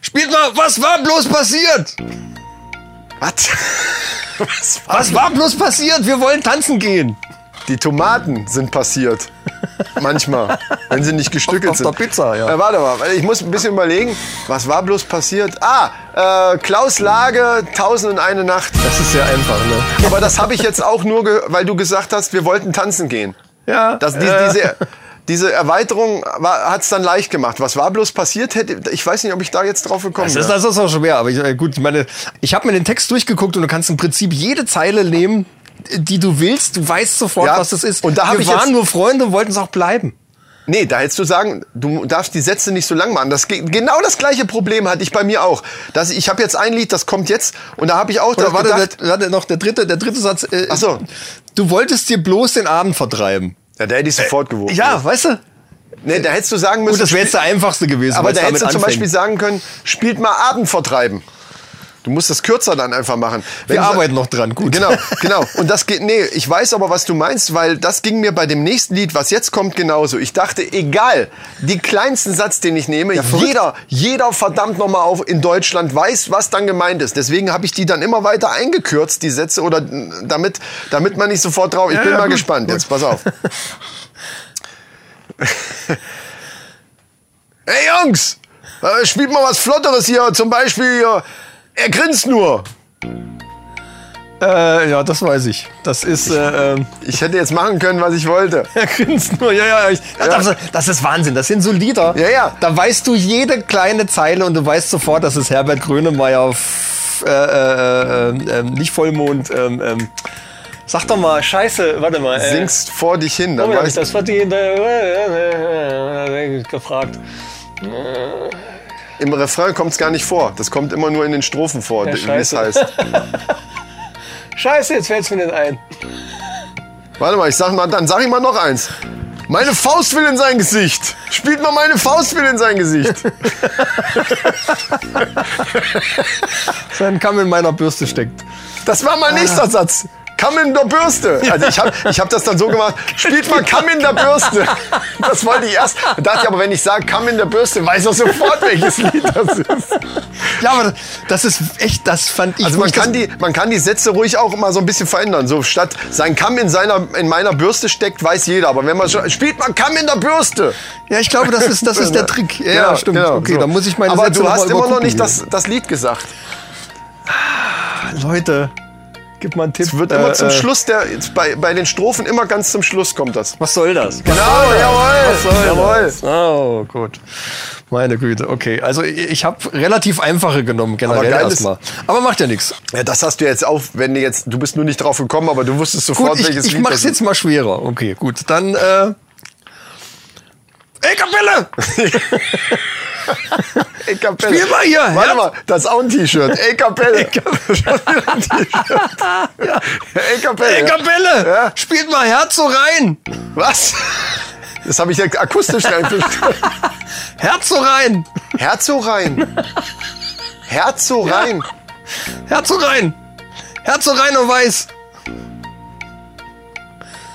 Spielt mal, was war bloß passiert? Was? Was war? Was war bloß passiert? Wir wollen tanzen gehen. Die Tomaten sind passiert. Manchmal, wenn sie nicht gestückelt Auf- auf sind. der Pizza, ja. Äh, warte mal, weil ich muss ein bisschen überlegen, was war bloß passiert? Ah, äh, Klaus Lage, 1001 Nacht. Das ist ja einfach, ne? Aber das habe ich jetzt auch nur, ge- weil du gesagt hast, wir wollten tanzen gehen. Ja. Das, die, äh, diese, diese Erweiterung hat es dann leicht gemacht. Was war bloß passiert? Hätte, ich weiß nicht, ob ich da jetzt drauf gekommen Das ist, wäre. das ist auch schwer, aber ich, äh, gut, ich meine, ich habe mir den Text durchgeguckt und du kannst im Prinzip jede Zeile nehmen, die du willst. Du weißt sofort, Ja, was das ist. und da hab Wir ich waren jetzt- nur Freunde und wollten es auch bleiben. Nee, da hättest du sagen, du darfst die Sätze nicht so lang machen. Das, ge- genau das gleiche Problem hatte ich bei mir auch. Dass ich ich habe jetzt ein Lied, das kommt jetzt und da habe ich auch Oder da warte, gedacht, der, warte, noch der dritte, der dritte Satz. Äh, Ach so. Du wolltest dir bloß den Abend vertreiben. Oh, Ja, da hätte ich sofort gewusst. Äh, Ja, weißt du? Nee, da hättest du sagen müssen. Gut, das wäre jetzt der einfachste gewesen. aber weil's da hättest du damit zum Beispiel anfängt. sagen können, spielt mal Abendvertreiben. Du musst das kürzer dann einfach machen. Wir du- arbeiten noch dran, gut. Genau, genau. Und das geht, nee, ich weiß aber, was du meinst, weil das ging mir bei dem nächsten Lied, was jetzt kommt, genauso. Ich dachte, egal, die kleinsten Satz, den ich nehme, verrückt. jeder, jeder verdammt nochmal auf in Deutschland weiß, was dann gemeint ist. Deswegen habe ich die dann immer weiter eingekürzt, die Sätze, oder mm, damit, damit man nicht sofort drauf, ich Ja, bin ja, mal gut, gespannt. gut. Jetzt, pass auf. Hey Jungs, äh, spielt mal was Flotteres hier, zum Beispiel hier, er grinst nur. Äh, ja, das weiß ich. Das ist. Äh, ähm, Ich hätte jetzt machen können, was ich wollte. Er grinst nur, ja, ja. Ich, Ja. Das, das ist Wahnsinn, das sind so Lieder. Ja, ja. Da weißt du jede kleine Zeile und du weißt sofort, dass es Herbert Grönemeyer f- äh, äh, äh, äh, nicht Vollmond. Ähm, ähm, sag doch mal, scheiße, warte mal. Äh, Singst vor dich hin, dann Moment, hab ich weißt das verdient? Äh, äh, äh, gefragt. Im Refrain kommt es gar nicht vor. Das kommt immer nur in den Strophen vor, Ja, wie es scheiße. heißt. Scheiße, jetzt fällt's mir nicht ein. Warte mal, ich sag mal, dann sag ich mal noch eins. Meine Faust will in sein Gesicht. Spielt mal meine Faust will in sein Gesicht. Sein Kamm in meiner Bürste steckt. Das war Ah. mein nächster Satz. Kamm in der Bürste. Also ich habe ich hab das dann so gemacht, spielt mal Kamm in der Bürste. Das wollte ich erst. Da dachte ich aber, wenn ich sage Kamm in der Bürste, weiß er sofort, welches Lied das ist. Ja, aber das ist echt, das fand ich. Also man nicht- kann, das- die, man kann die Sätze ruhig auch immer so ein bisschen verändern. So statt sein Kamm in, seiner, in meiner Bürste steckt, weiß jeder. Aber wenn man schon, spielt man Kamm in der Bürste. Ja, ich glaube, das ist, das ist der Trick. Ja, Genau, stimmt. genau, okay, so. dann muss ich meine Aber Sätze du noch mal hast immer noch übergucken nicht hier. das, das Lied gesagt. Leute, gib mal einen Tipp. Es wird Äh, immer zum äh, Schluss, der, bei, bei den Strophen immer ganz zum Schluss kommt das. Was soll das? Genau, jawohl, jawohl. Oh, gut. Meine Güte, okay. Also ich- ich habe relativ einfache genommen, generell geil ist- erstmal. Aber macht ja nichts. Ja, das hast du jetzt auf, wenn du jetzt, du bist nur nicht drauf gekommen, aber du wusstest sofort, Gut, ich, welches ich Lied mach's das jetzt mal schwerer. Okay, gut. Dann, äh. Ey, Kapelle! ist. Ey, Kapelle. Spiel mal hier, Warte ja? mal, das ist auch ein T-Shirt. Ey, Kapelle. Ey, Kapelle. Ey, Kapelle! Ja. Spielt mal Herz so rein! Was? Das habe ich ja akustisch einverstanden. Herz so rein! Herzo rein. Herzo rein. Herz so rein! Herz so rein und weiß!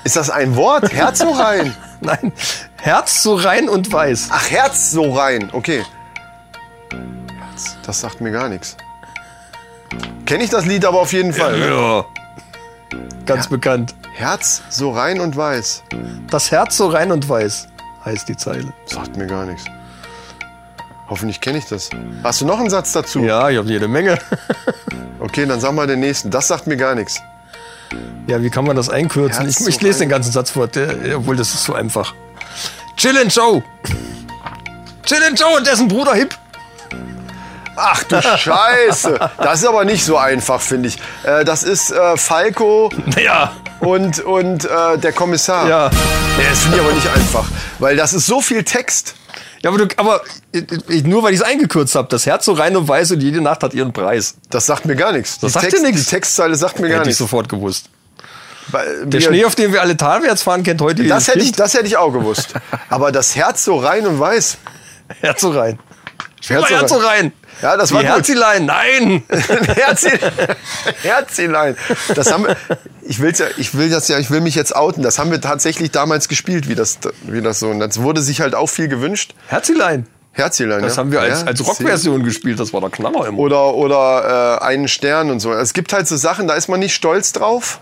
Ist das ein Wort? Herzo rein. Nein, Herz so rein und weiß. Ach, Herz so rein. Okay. Herz, Das sagt mir gar nichts. Kenne ich das Lied aber auf jeden Fall. ne? Ja. Ganz bekannt. Herz so rein und weiß. Das Herz so rein und weiß heißt die Zeile. Sagt mir gar nichts. Hoffentlich kenne ich das. Hast du noch einen Satz dazu? Ja, ich habe jede Menge. Okay, dann sag mal den nächsten. Das sagt mir gar nichts. Ja, wie kann man das einkürzen? Herz Ich, so ich lese rein. den ganzen Satz vor, der, obwohl das ist so einfach. Chill and Joe. Chill and Joe und dessen Bruder Hip. Ach du Scheiße. Das ist aber nicht so einfach, finde ich. Äh, das ist äh, Falco Naja, und, und äh, der Kommissar. ja. Nee, das finde ich aber nicht einfach. Weil das ist so viel Text. Ja, aber, du, aber ich, nur weil ich es eingekürzt habe, das Herz so rein und weiß und jede Nacht hat ihren Preis. Das sagt mir gar nichts. Das die, sagt dir Text, nichts. die Textzeile sagt mir gar hätte ich nichts. sofort gewusst. Weil Der wir- Schnee, auf dem wir alle talwärts fahren, kennt heute jedes das hätte, ich, Kind. das hätte ich auch gewusst. Aber das Herz so rein und weiß. Herz so rein. Herz so Herz so rein. Ja, das war Die gut. Herzilein, nein. Herzi- Herzilein. Das haben wir, ich will's ja, ich will das ja, ich will mich jetzt outen. Das haben wir tatsächlich damals gespielt, wie das, wie das so. Und das wurde sich halt auch viel gewünscht. Herzilein. Herzilein. Das ja. haben wir als, als Herzi- Rockversion gespielt, das war der Knaller immer. Oder, oder äh, einen Stern und so. Es gibt halt so Sachen, da ist man nicht stolz drauf.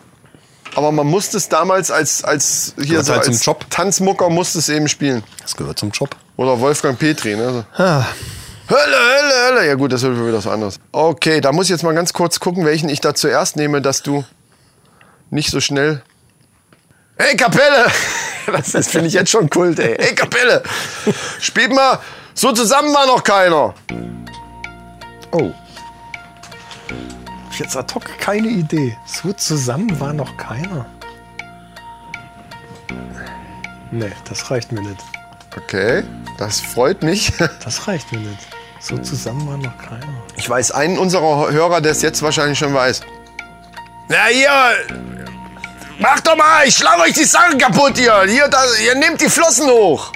Aber man musste es damals als, als, hier Gehört so halt als zum Job. Tanzmucker musste es eben spielen. Das gehört zum Job. Oder Wolfgang Petri, ne? So. Hölle, Hölle, Hölle. Ja gut, das ist wieder was anderes. Okay, da muss ich jetzt mal ganz kurz gucken, welchen ich da zuerst nehme, dass du nicht so schnell... Hey, Kapelle! Das, das finde ich jetzt schon Kult, ey. Hey, Kapelle! Spielt mal... So zusammen war noch keiner. Oh. Jetzt ad hoc keine Idee. So zusammen war noch keiner. Nee, das reicht mir nicht. Okay, das freut mich. Das reicht mir nicht. So zusammen war noch keiner. Ich weiß einen unserer Hörer, der es jetzt wahrscheinlich schon weiß. Na hier, macht doch mal, ich schlag euch die Sachen kaputt hier. Hier, da, ihr nehmt die Flossen hoch.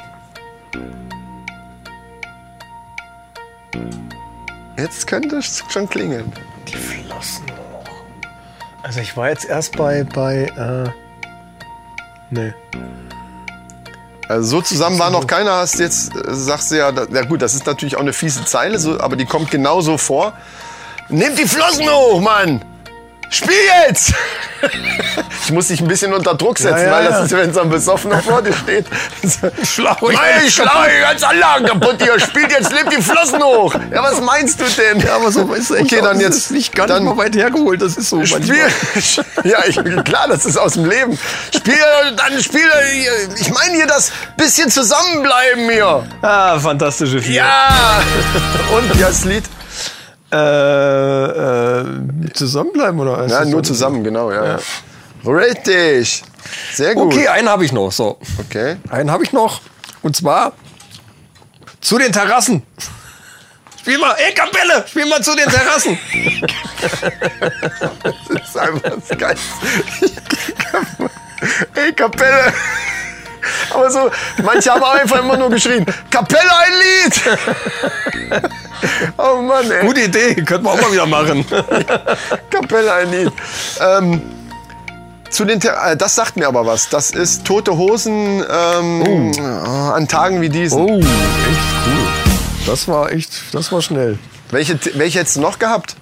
Jetzt könnte es schon klingeln. Die Flossen auch. Also ich war jetzt erst bei, bei, äh. Nee. Also so zusammen war noch keiner, hast jetzt, äh, sagst du ja, da- na gut, das ist natürlich auch eine fiese Zeile, so, aber die kommt genauso vor. Nehmt die Flossen hoch, Mann! Spiel jetzt! ich muss dich ein bisschen unter Druck setzen, Ja, ja, weil ja. das ist, wenn so ein Besoffener vor dir steht. Schlag euch Nein, alle ich schlage die ganze Anlagen kaputt hier. Spielt jetzt, nehmt die Flossen hoch! Ja, was meinst du denn? Ja, aber so ist Okay, dann jetzt. dann weit hergeholt. Das ist so. Spiel, ja, ich, klar, das ist aus dem Leben. Spiel, dann spiel, ich meine hier das bisschen zusammenbleiben hier. Ah, fantastische Vier. Ja! Und das Lied? Äh, äh, zusammenbleiben oder? Ja, nur zusammen, genau, ja. ja. Richtig! Sehr gut. Okay, einen habe ich noch. So, Okay. einen habe ich noch. Und zwar zu den Terrassen. Spiel mal, ey Kapelle, spiel mal zu den Terrassen. Das ist einfach das Geilste. Ey, Kapelle! Aber so, manche haben auch einfach immer nur geschrien: Kapelle ein Lied! Oh Mann, ey. Gute Idee, könnten wir auch mal wieder machen. Kapelle ein Lied. Ähm, zu den Ter äh, das sagt mir aber was. Das ist Tote Hosen ähm, äh, an Tagen wie diesen. echt cool. Das war echt, das war schnell. Welche, T- welche hättest du noch gehabt?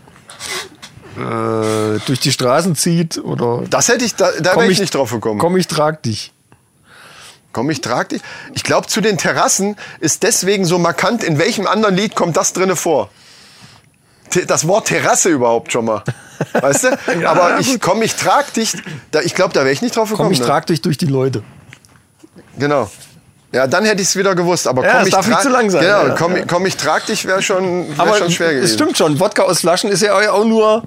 Äh, durch die Straßen zieht oder. Das hätte ich, da, da wäre ich, nicht drauf gekommen. Komm, Komm, ich trag dich. ich trag dich. Ich glaube, zu den Terrassen ist deswegen so markant, in welchem anderen Lied kommt das drinne vor? Te- Das Wort Terrasse überhaupt schon mal. Weißt du? Ja, Aber gut. ich komm, ich trag dich. Da, ich glaube, da wäre ich nicht drauf gekommen. Komm, ich ne? trag dich durch die Leute. Genau. Ja, dann hätte ich es wieder gewusst. Aber Ja, komm, es ich darf nicht trag- zu lang sein. Genau, Ja, komm, ja. komm, ich trag dich wäre schon, wär schon schwer gewesen. es stimmt schon, Wodka aus Flaschen ist ja auch nur.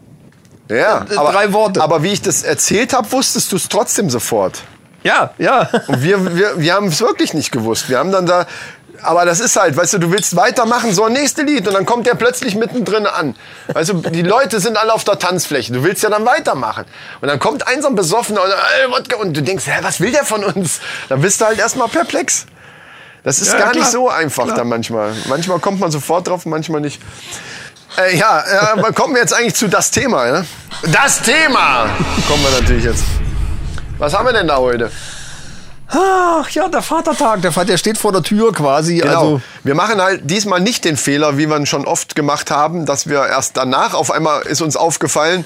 Ja, Äh, drei Worte. Aber wie ich das erzählt habe, wusstest du es trotzdem sofort. Ja, ja. Und wir, wir, wir haben es wirklich nicht gewusst. Wir haben dann da. Aber das ist halt, weißt du, du willst weitermachen, so nächste Lied und dann kommt der plötzlich mittendrin an. Also die Leute sind alle auf der Tanzfläche. Du willst ja dann weitermachen. Und dann kommt ein so ein Besoffener und, äh, Wodka, und du denkst, hä, was will der von uns? Dann bist du halt erstmal perplex. Das ist Ja, gar klar. nicht so einfach Klar. dann manchmal. Manchmal kommt man sofort drauf, manchmal nicht. Äh, ja, äh, aber kommen wir jetzt eigentlich zu das Thema. Ne? Das Thema kommen wir natürlich jetzt. Was haben wir denn da heute? Ach ja, der Vatertag, der, Vater- der steht vor der Tür quasi. Genau. Also, wir machen halt diesmal nicht den Fehler, wie wir ihn schon oft gemacht haben, dass wir erst danach auf einmal ist uns aufgefallen,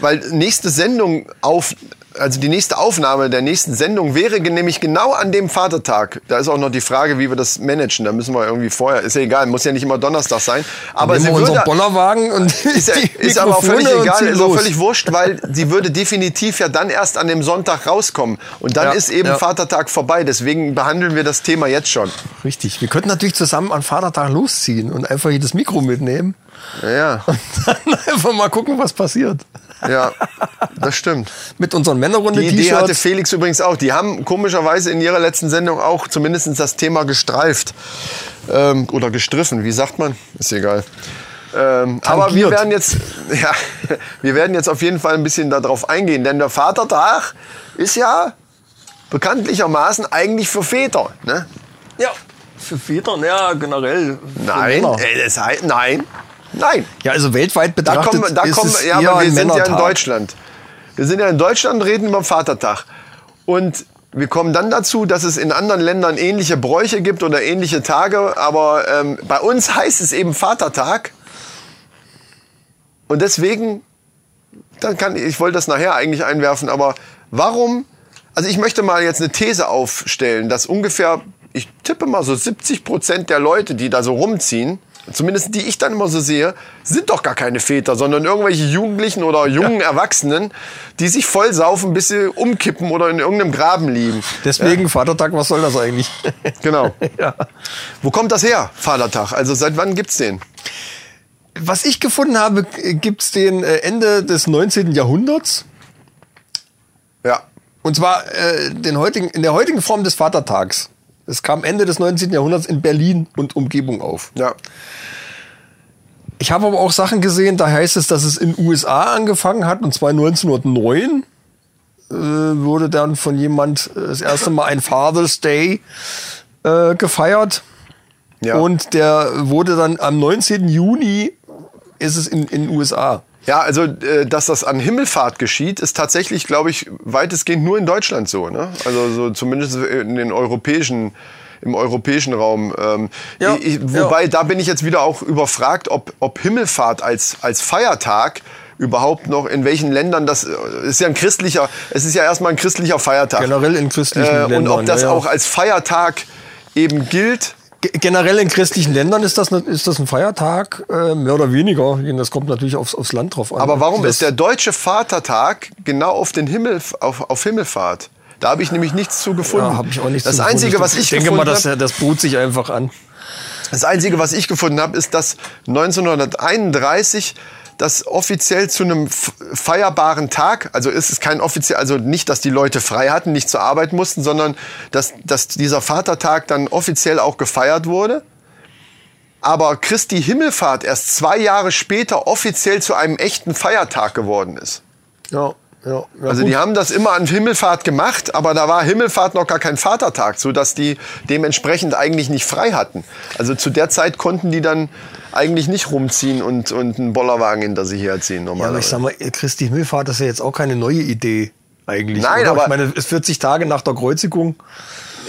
weil nächste Sendung auf, also die nächste Aufnahme der nächsten Sendung wäre ge- nämlich genau an dem Vatertag. Da ist auch noch die Frage, wie wir das managen. Da müssen wir irgendwie vorher, ist ja egal, muss ja nicht immer Donnerstag sein. Aber nehmen sie wir würde, unseren Bollerwagen und ist, ja, ist aber auch völlig egal, ist auch völlig wurscht, weil sie würde definitiv ja dann erst an dem Sonntag rauskommen. Und dann Ja, ist eben ja. Vatertag vorbei. Deswegen behandeln wir das Thema jetzt schon. Richtig. Wir könnten natürlich zusammen an Vatertag losziehen und einfach hier das Mikro mitnehmen Ja. und dann einfach mal gucken, was passiert. Ja, das stimmt. Mit unseren Männerrunde Die Idee hatte T-Shirts. Felix übrigens auch. Die haben komischerweise in ihrer letzten Sendung auch zumindest das Thema gestreift. Ähm, oder gestriffen, wie sagt man? Ist egal. Ähm, aber Tangiert. wir werden, jetzt, ja, wir werden jetzt auf jeden Fall ein bisschen darauf eingehen, denn der Vatertag ist ja bekanntlichermaßen eigentlich für Väter. Ne? Ja, für Väter, ja, generell. für Nein, Männer. äh, das heißt, nein, nein. Ja, also weltweit Da betrachtet kommen, wir- da ist kommen, es ja, eher aber wir ein sind ja in Männertag. Deutschland. Wir sind ja in Deutschland, reden über den Vatertag. Und wir kommen dann dazu, dass es in anderen Ländern ähnliche Bräuche gibt oder ähnliche Tage, aber ähm, bei uns heißt es eben Vatertag. Und deswegen, dann kann ich, ich wollte das nachher eigentlich einwerfen, aber warum? Also ich möchte mal jetzt eine These aufstellen, dass ungefähr, ich tippe mal so 70 Prozent der Leute, die da so rumziehen, zumindest die ich dann immer so sehe, sind doch gar keine Väter, sondern irgendwelche Jugendlichen oder jungen Erwachsenen, die sich voll saufen, bis sie umkippen oder in irgendeinem Graben liegen. Deswegen Vatertag, was soll das eigentlich? Genau. ja. Wo kommt das her, Vatertag? Also seit wann gibt's den? Was ich gefunden habe, gibt es den äh, Ende des 19. Jahrhunderts. Ja. Und zwar äh, den heutigen, in der heutigen Form des Vatertags. Es kam Ende des 19. Jahrhunderts in Berlin und Umgebung auf. Ja. Ich habe aber auch Sachen gesehen, da heißt es, dass es in USA angefangen hat und zwar 1909 äh, wurde dann von jemand äh, das erste Mal ein Father's Day äh, gefeiert. ja. Und der wurde dann am 19. Juni ist es in den USA. Ja, also äh, dass das an Himmelfahrt geschieht, ist tatsächlich, glaube ich, weitestgehend nur in Deutschland so. Ne? Also so zumindest in den europäischen, im europäischen Raum. Ähm, Ja, ich, ich- ja. wobei da bin ich jetzt wieder auch überfragt, ob, ob Himmelfahrt als als Feiertag überhaupt noch in welchen Ländern das äh, ist ja ein christlicher, es ist ja erstmal ein christlicher Feiertag. Generell in christlichen äh, Ländern. und ob das ja, ja. auch als Feiertag eben gilt. Ge- generell in christlichen Ländern ist das, ne- ist das ein Feiertag, äh, mehr oder weniger. Das kommt natürlich aufs, aufs Land drauf an. Aber warum das, ist der deutsche Vatertag genau auf den Himmel auf, auf Himmelfahrt? Da habe ich nämlich nichts zu gefunden. Ja, hab ich auch nicht das so einzige, gefunden. was ich denke mal, gefunden das, habe, das bot sich einfach an. das einzige, was ich gefunden habe, ist, dass 1931 das offiziell zu einem f- feierbaren Tag, also ist es kein offiziell, also nicht, dass die Leute frei hatten, nicht zur Arbeit mussten, sondern dass, dass dieser Vatertag dann offiziell auch gefeiert wurde. Aber Christi Himmelfahrt erst zwei Jahre später offiziell zu einem echten Feiertag geworden ist. Ja, ja. ja Also gut. die haben das immer an Himmelfahrt gemacht, aber da war Himmelfahrt noch gar kein Vatertag, so dass die dementsprechend eigentlich nicht frei hatten. Also zu der Zeit konnten die dann eigentlich nicht rumziehen und, und einen Bollerwagen hinter sich herziehen Ja, aber ich normalerweise. sag mal, Christi Himmelfahrt ist ja jetzt auch keine neue Idee eigentlich. Nein, oder? aber- ich meine, es ist 40 Tage nach der Kreuzigung.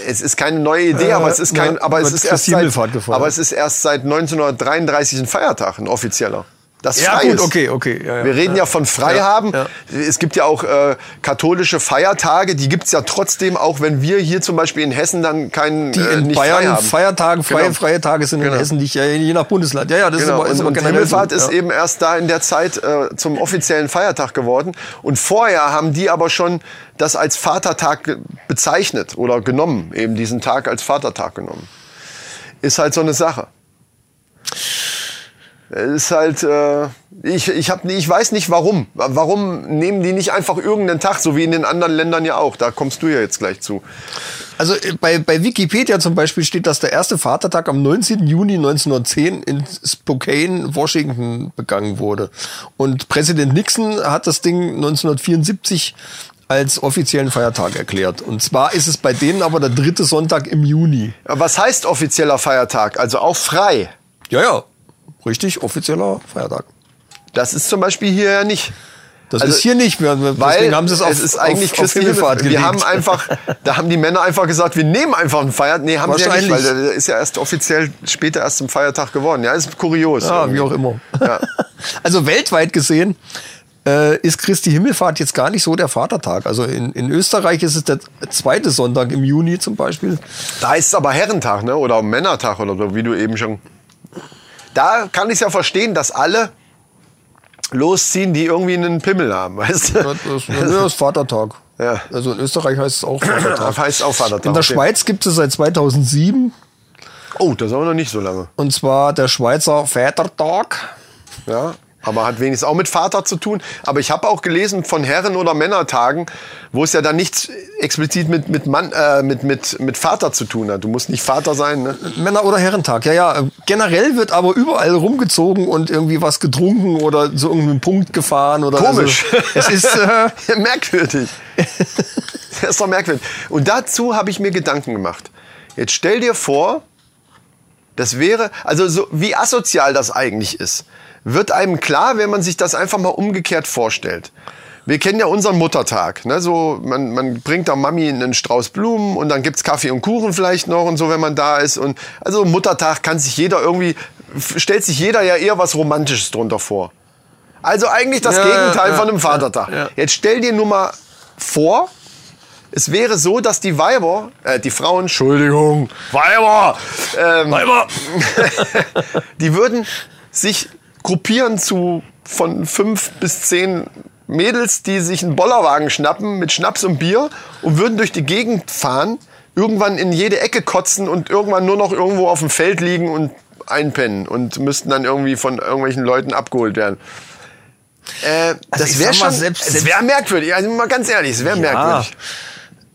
es ist keine neue Idee, Äh, aber es ist kein, na, aber es wird ist erst Christi seit, Himmelfahrt gefeiert. aber es ist erst seit 1933 ein Feiertag, ein offizieller. Das Ja, frei gut, ist. okay, okay, ja, ja. Wir reden ja, von Freihaben. Ja, Es gibt ja auch äh, katholische Feiertage, die gibt's ja trotzdem, auch wenn wir hier zum Beispiel in Hessen dann keinen Die äh, in nicht Bayern frei haben. Feiertagen, freie, Genau. freie Tage sind in Hessen nicht, ja, je nach Bundesland. Ja, ja, das Genau. ist aber, ist und, aber und generell Himmelfahrt so, ist ja. eben erst da in der Zeit äh, zum offiziellen Feiertag geworden. Und vorher haben die aber schon das als Vatertag ge- bezeichnet oder genommen, eben diesen Tag als Vatertag genommen. Ist halt so eine Sache. Ist halt, äh, ich, ich, hab, nie- ich weiß nicht warum. Warum nehmen die nicht einfach irgendeinen Tag, so wie in den anderen Ländern ja auch? Da kommst du ja jetzt gleich zu. Also äh, bei, bei Wikipedia zum Beispiel steht, dass der erste Vatertag am 19. Juni 1910 in Spokane, Washington begangen wurde. Und Präsident Nixon hat das Ding 1974 als offiziellen Feiertag erklärt. Und zwar ist es bei denen aber der dritte Sonntag im Juni. Aber Was heißt offizieller Feiertag? Also auch frei. Ja, ja, richtig, offizieller Feiertag. Das ist zum Beispiel hier ja nicht. Das Also, ist hier nicht mehr. Deswegen Weil haben sie es auf, ist eigentlich auf, auf Christi Himmelfahrt Wir gelegt. haben einfach, da haben die Männer einfach gesagt, wir nehmen einfach einen Feiertag. Nee, haben sie ja nicht, weil Wahrscheinlich. der ist ja erst offiziell später erst zum Feiertag geworden. Ja, ist kurios. Ja, wie irgendwie. auch immer. Ja. Also weltweit gesehen äh, ist Christi Himmelfahrt jetzt gar nicht so der Vatertag. Also in, in Österreich ist es der zweite Sonntag im Juni zum Beispiel. Da ist es aber Herrentag, ne? Oder Männertag oder so, wie du eben schon. Da kann ich es ja verstehen, dass alle losziehen, die irgendwie einen Pimmel haben, weißt du? Das ist, das ist Vatertag. Ja. Also in Österreich heißt es auch Vatertag. Das heißt auch Vatertag, In der okay. Schweiz gibt es seit 2007 Oh, das ist auch noch nicht so lange. und zwar der Schweizer Vätertag. Ja, aber hat wenigstens auch mit Vater zu tun. Aber ich habe auch gelesen von Herren- oder Männertagen, wo es ja dann nichts explizit mit, mit, Mann, äh, mit, mit, mit Vater zu tun hat. Du musst nicht Vater sein. Ne? Männer- oder Herrentag, ja, ja. Generell wird aber überall rumgezogen und irgendwie was getrunken oder zu irgendeinem Punkt gefahren oder Komisch. Also, es ist äh, merkwürdig. das ist doch merkwürdig. Und dazu habe ich mir Gedanken gemacht. Jetzt stell dir vor, das wäre, also so, wie asozial das eigentlich ist, wird einem klar, wenn man sich das einfach mal umgekehrt vorstellt. Wir kennen ja unseren Muttertag. Ne? So, man, man bringt der Mami einen Strauß Blumen und dann gibt's Kaffee und Kuchen vielleicht noch und so, wenn man da ist. Und, also Muttertag kann sich jeder irgendwie, f- stellt sich jeder ja eher was Romantisches drunter vor. Also eigentlich das Ja, Gegenteil ja, von einem Vatertag. Jetzt stell dir nur mal vor, es wäre so, dass die Weiber, äh, die Frauen, Entschuldigung, Weiber, ähm, Weiber, die würden sich gruppieren zu von fünf bis zehn Mädels, die sich einen Bollerwagen schnappen mit Schnaps und Bier und würden durch die Gegend fahren, irgendwann in jede Ecke kotzen und irgendwann nur noch irgendwo auf dem Feld liegen und einpennen und müssten dann irgendwie von irgendwelchen Leuten abgeholt werden. Äh, das Also ich wäre sag mal, schon, selbst- es selbst- wäre merkwürdig. Also mal ganz ehrlich, es wäre merkwürdig.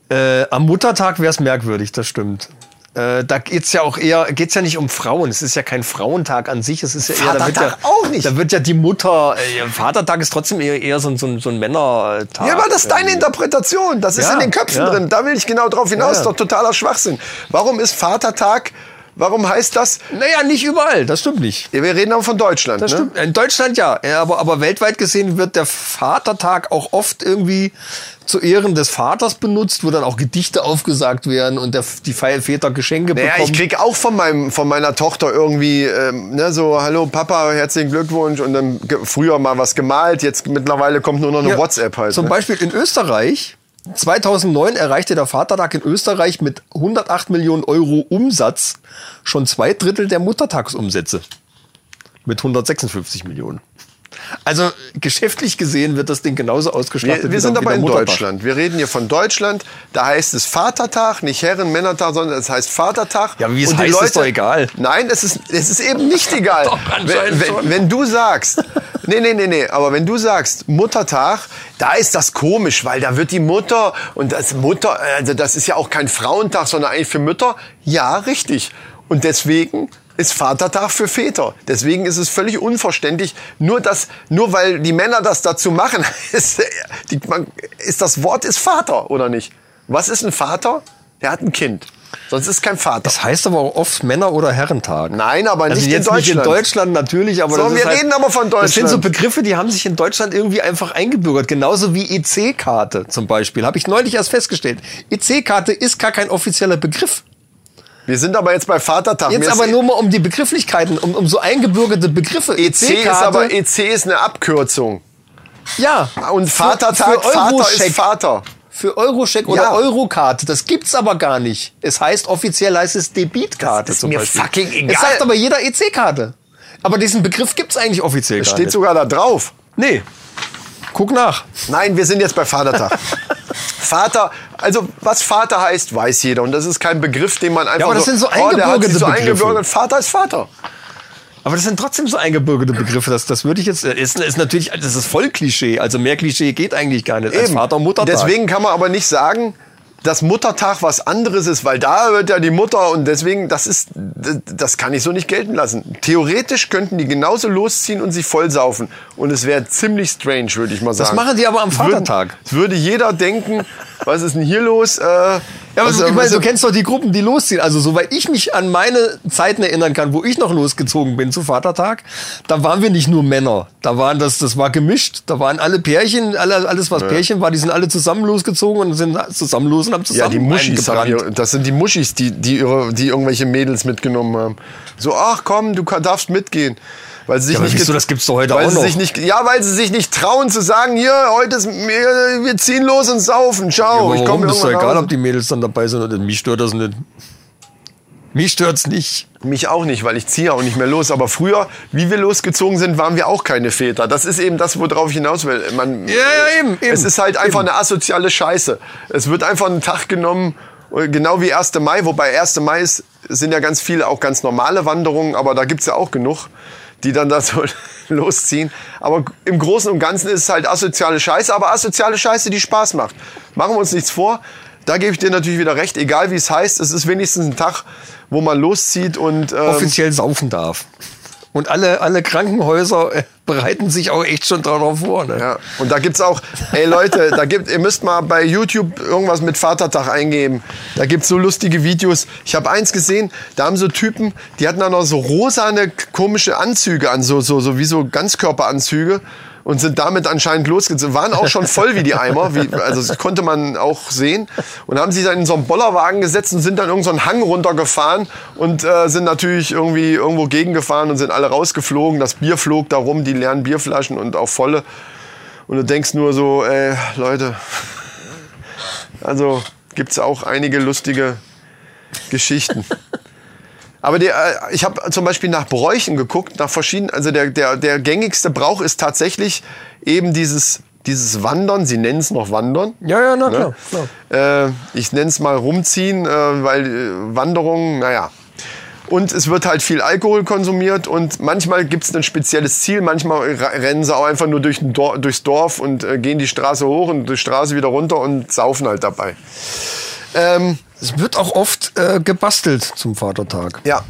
Äh, am Muttertag wäre es merkwürdig, das stimmt. Äh, da geht's ja auch eher, geht's ja nicht um Frauen. Es ist ja kein Frauentag an sich. Es ist ja eher, da wird ja, Vatertag auch nicht. Da wird ja die Mutter, äh, Vatertag ist trotzdem eher, eher so, ein- so, ein- so ein Männertag. Ähm, Ja, aber das ist deine Interpretation. Das ist Ja, in den Köpfen ja. drin. Da will ich genau drauf Ja, hinaus. ja. Doch totaler Schwachsinn. Warum ist Vatertag? Warum heißt das? Naja, nicht überall. Das stimmt nicht. Ja, Wir reden aber von Deutschland. Das ne? stimmt. In Deutschland ja, Ja, aber, aber weltweit gesehen wird der Vatertag auch oft irgendwie zu Ehren des Vaters benutzt, wo dann auch Gedichte aufgesagt werden und der, die Väter Geschenke Naja, bekommen. ich krieg auch von meinem, von meiner Tochter irgendwie, ähm, ne, so, hallo Papa, herzlichen Glückwunsch und dann ge- früher mal was gemalt, jetzt mittlerweile kommt nur noch eine Ja, WhatsApp halt. Zum ne? Beispiel in Österreich. 2009 erreichte der Vatertag in Österreich mit 108 Millionen Euro Umsatz schon zwei Drittel der Muttertagsumsätze. Mit 156 Millionen. Also äh, geschäftlich gesehen wird das Ding genauso ausgestattet Wir, wie wir sind der- wie aber der in Muttertag. Deutschland. Wir reden hier von Deutschland. Da heißt es Vatertag, nicht Herren, Männertag, sondern es heißt Vatertag. Ja, aber wie es Und die heißt, ist doch egal. Nein, es ist, es ist eben nicht egal. Doch, anscheinend wenn, wenn, schon. wenn du sagst, nee, nee, nee, nee, aber wenn du sagst Muttertag, da ist das komisch, weil da wird die Mutter und das Mutter, also das ist ja auch kein Frauentag, sondern eigentlich für Mütter. Ja, richtig. Und deswegen ist Vatertag für Väter. Deswegen ist es völlig unverständlich, nur das, nur weil die Männer das dazu machen, ist, die, man, ist das Wort ist Vater oder nicht? Was ist ein Vater? Der hat ein Kind. Sonst ist kein Vater. Das heißt aber auch oft Männer- oder Herrentag. Nein, aber also nicht in jetzt Deutschland. nicht in Deutschland natürlich, aber So, das ist wir halt, reden aber von Das sind so Deutschland. Begriffe, die haben sich in Deutschland irgendwie einfach eingebürgert. Genauso wie EC-Karte zum Beispiel. Habe ich neulich erst festgestellt. EC-Karte ist gar kein offizieller Begriff. Wir sind aber jetzt bei Vatertag. Mir Jetzt ist- eh aber nur mal um die Begrifflichkeiten, um, um so eingebürgerte Begriffe. E EC E ist EC-Karte, aber EC ist eine Abkürzung. ja. Und Vatertag, für Vater Eurocheck. ist Vater. Für Eurocheck oder Ja. Eurokarte. Das gibt's aber gar nicht. Es heißt offiziell heißt es Debitkarte. Das ist zum mir Beispiel. fucking egal. Es sagt aber jeder EC-Karte. Aber diesen Begriff gibt's eigentlich offiziell Es gar steht nicht. sogar da drauf. Nee. Guck nach. Nein, wir sind jetzt bei Vatertag. Vater, also was Vater heißt, weiß jeder. Und das ist kein Begriff, den man einfach aber das sind so oh, der hat eingebürgerte sich so Begriffe. eingebürgert. Vater ist Vater. Aber das sind trotzdem so eingebürgerte Begriffe. Das, das würde ich jetzt. äh, Ist, ist natürlich, das ist voll Klischee. Also mehr Klischee geht eigentlich gar nicht. Als Eben. Vater und Mutter. Deswegen kann man aber nicht sagen, dass Muttertag was anderes ist, weil da wird ja die Mutter und deswegen, das ist, d- das kann ich so nicht gelten lassen. Theoretisch könnten die genauso losziehen und sich vollsaufen. Und es wäre ziemlich strange, würde ich mal sagen. machen die aber am Es würden- Vatertag. Es würde jeder denken, was ist denn hier los? Äh, ja, Ja, aber du, ich meine, du Also, kennst doch die Gruppen, die losziehen. Also, soweit ich mich an meine Zeiten erinnern kann, wo ich noch losgezogen bin zu Vatertag, da waren wir nicht nur Männer. Da waren das, das war gemischt. Da waren alle Pärchen, alle, alles was Pärchen war, die sind alle zusammen losgezogen und sind zusammen los und haben zusammen Ja, die Muschis haben eingebrannt. hier, das sind die Muschis, die, die, ihre, die irgendwelche Mädels mitgenommen haben. So, ach komm, du kann- darfst mitgehen. Weil sie sich Ja, aber nicht siehst du, get- das gibt's doch heute weil auch sie noch. Sich nicht, ja, weil sie sich nicht trauen zu sagen, hier, heute ist, wir, wir ziehen los und saufen, ciao. Aber ich warum? komme Das ist doch irgendwann egal, nach ob die Mädels dann dabei sind oder nicht. mich stört das nicht. Mich stört's nicht. Hause. Mich auch nicht, weil ich ziehe ja auch nicht mehr los. Aber früher, wie wir losgezogen sind, waren wir auch keine Väter. Das ist eben das, worauf ich hinaus will. Man, Ja, ja, eben, eben, es ist halt einfach eben. eine asoziale Scheiße. Es wird einfach ein Tag genommen, äh, genau wie 1. Mai, wobei 1. Mai ist, sind ja ganz viele auch ganz normale Wanderungen, aber da gibt's ja auch genug, die dann da so losziehen. Aber im Großen und Ganzen ist es halt asoziale Scheiße, aber asoziale Scheiße, die Spaß macht. Machen wir uns nichts vor. Da gebe ich dir natürlich wieder recht, egal wie es heißt, es ist wenigstens ein Tag, wo man loszieht und ähm, offiziell saufen darf. Und alle, alle Krankenhäuser äh, bereiten sich auch echt schon darauf vor. Ne? Ja, und da gibt's auch, ey Leute, da gibt, ihr müsst mal bei YouTube irgendwas mit Vatertag eingeben. Da gibt's so lustige Videos. Ich habe eins gesehen, da haben so Typen, die hatten dann noch so rosane komische Anzüge an, so so so wie so Ganzkörperanzüge und sind damit anscheinend losgezogen. Waren auch schon voll wie die Eimer, wie, also das konnte man auch sehen. Und haben sich dann in so einen Bollerwagen gesetzt und sind dann irgendeinen so einen Hang runtergefahren und äh, sind natürlich irgendwie irgendwo gegengefahren und sind alle rausgeflogen. Das Bier flog da rum, die leeren Bierflaschen und auch volle. Und du denkst nur so, ey, Leute, also gibt's auch einige lustige Geschichten. Aber der, äh, ich habe zum Beispiel nach Bräuchen geguckt, nach verschiedenen, also der, der, der gängigste Brauch ist tatsächlich eben dieses, dieses Wandern, sie nennen's noch Wandern. Ja, ja, na klar, Äh, ich nenn's mal rumziehen, äh, weil äh, Wanderung, naja. Und es wird halt viel Alkohol konsumiert und manchmal gibt's ein spezielles Ziel, manchmal re- rennen sie auch einfach nur durch ein Dor durchs Dorf und äh, gehen die Straße hoch und die Straße wieder runter und saufen halt dabei. Ähm, Es wird auch oft äh, gebastelt zum Vatertag. ja,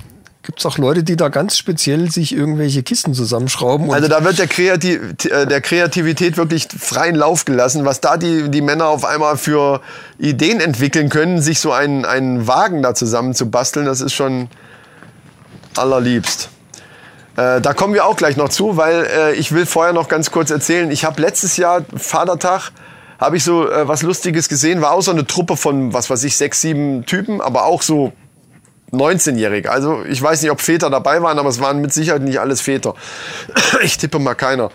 Gibt es auch Leute, die da ganz speziell sich irgendwelche Kisten zusammenschrauben. Und Also da wird der, Kreati äh, der Kreativität wirklich freien Lauf gelassen, was da die, die Männer auf einmal für Ideen entwickeln können, sich so einen, einen Wagen da zusammen zu basteln, das ist schon allerliebst. Äh, da kommen wir auch gleich noch zu, weil äh, ich will vorher noch ganz kurz erzählen, ich habe letztes Jahr Vatertag habe ich so äh, was Lustiges gesehen, war auch so eine Truppe von, was weiß ich, sechs, sieben Typen, aber auch so 19-Jährige. Also ich weiß nicht, ob Väter dabei waren, aber es waren mit Sicherheit nicht alles Väter. Ich tippe mal keiner.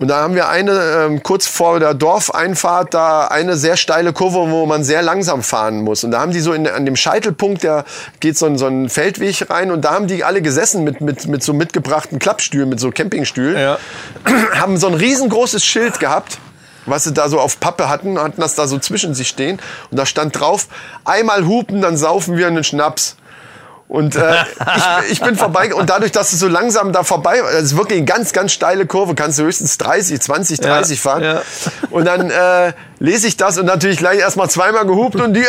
Und da haben wir eine, ähm, kurz vor der Dorfeinfahrt, da eine sehr steile Kurve, wo man sehr langsam fahren muss. Und da haben die so in, an dem Scheitelpunkt, da geht so ein, so ein Feldweg rein und da haben die alle gesessen mit, mit, mit so mitgebrachten Klappstühlen, mit so Campingstühlen. Ja. Haben so ein riesengroßes Schild gehabt, was sie da so auf Pappe hatten, hatten das da so zwischen sich stehen. Und da stand drauf, einmal hupen, dann saufen wir einen Schnaps. Und äh, ich, ich bin vorbei und dadurch, dass du so langsam da vorbei, das ist wirklich eine ganz, ganz steile Kurve, kannst du höchstens 30, 20, 30 fahren. ja. Und dann äh, lese ich das und natürlich gleich erstmal zweimal gehupt und die äh,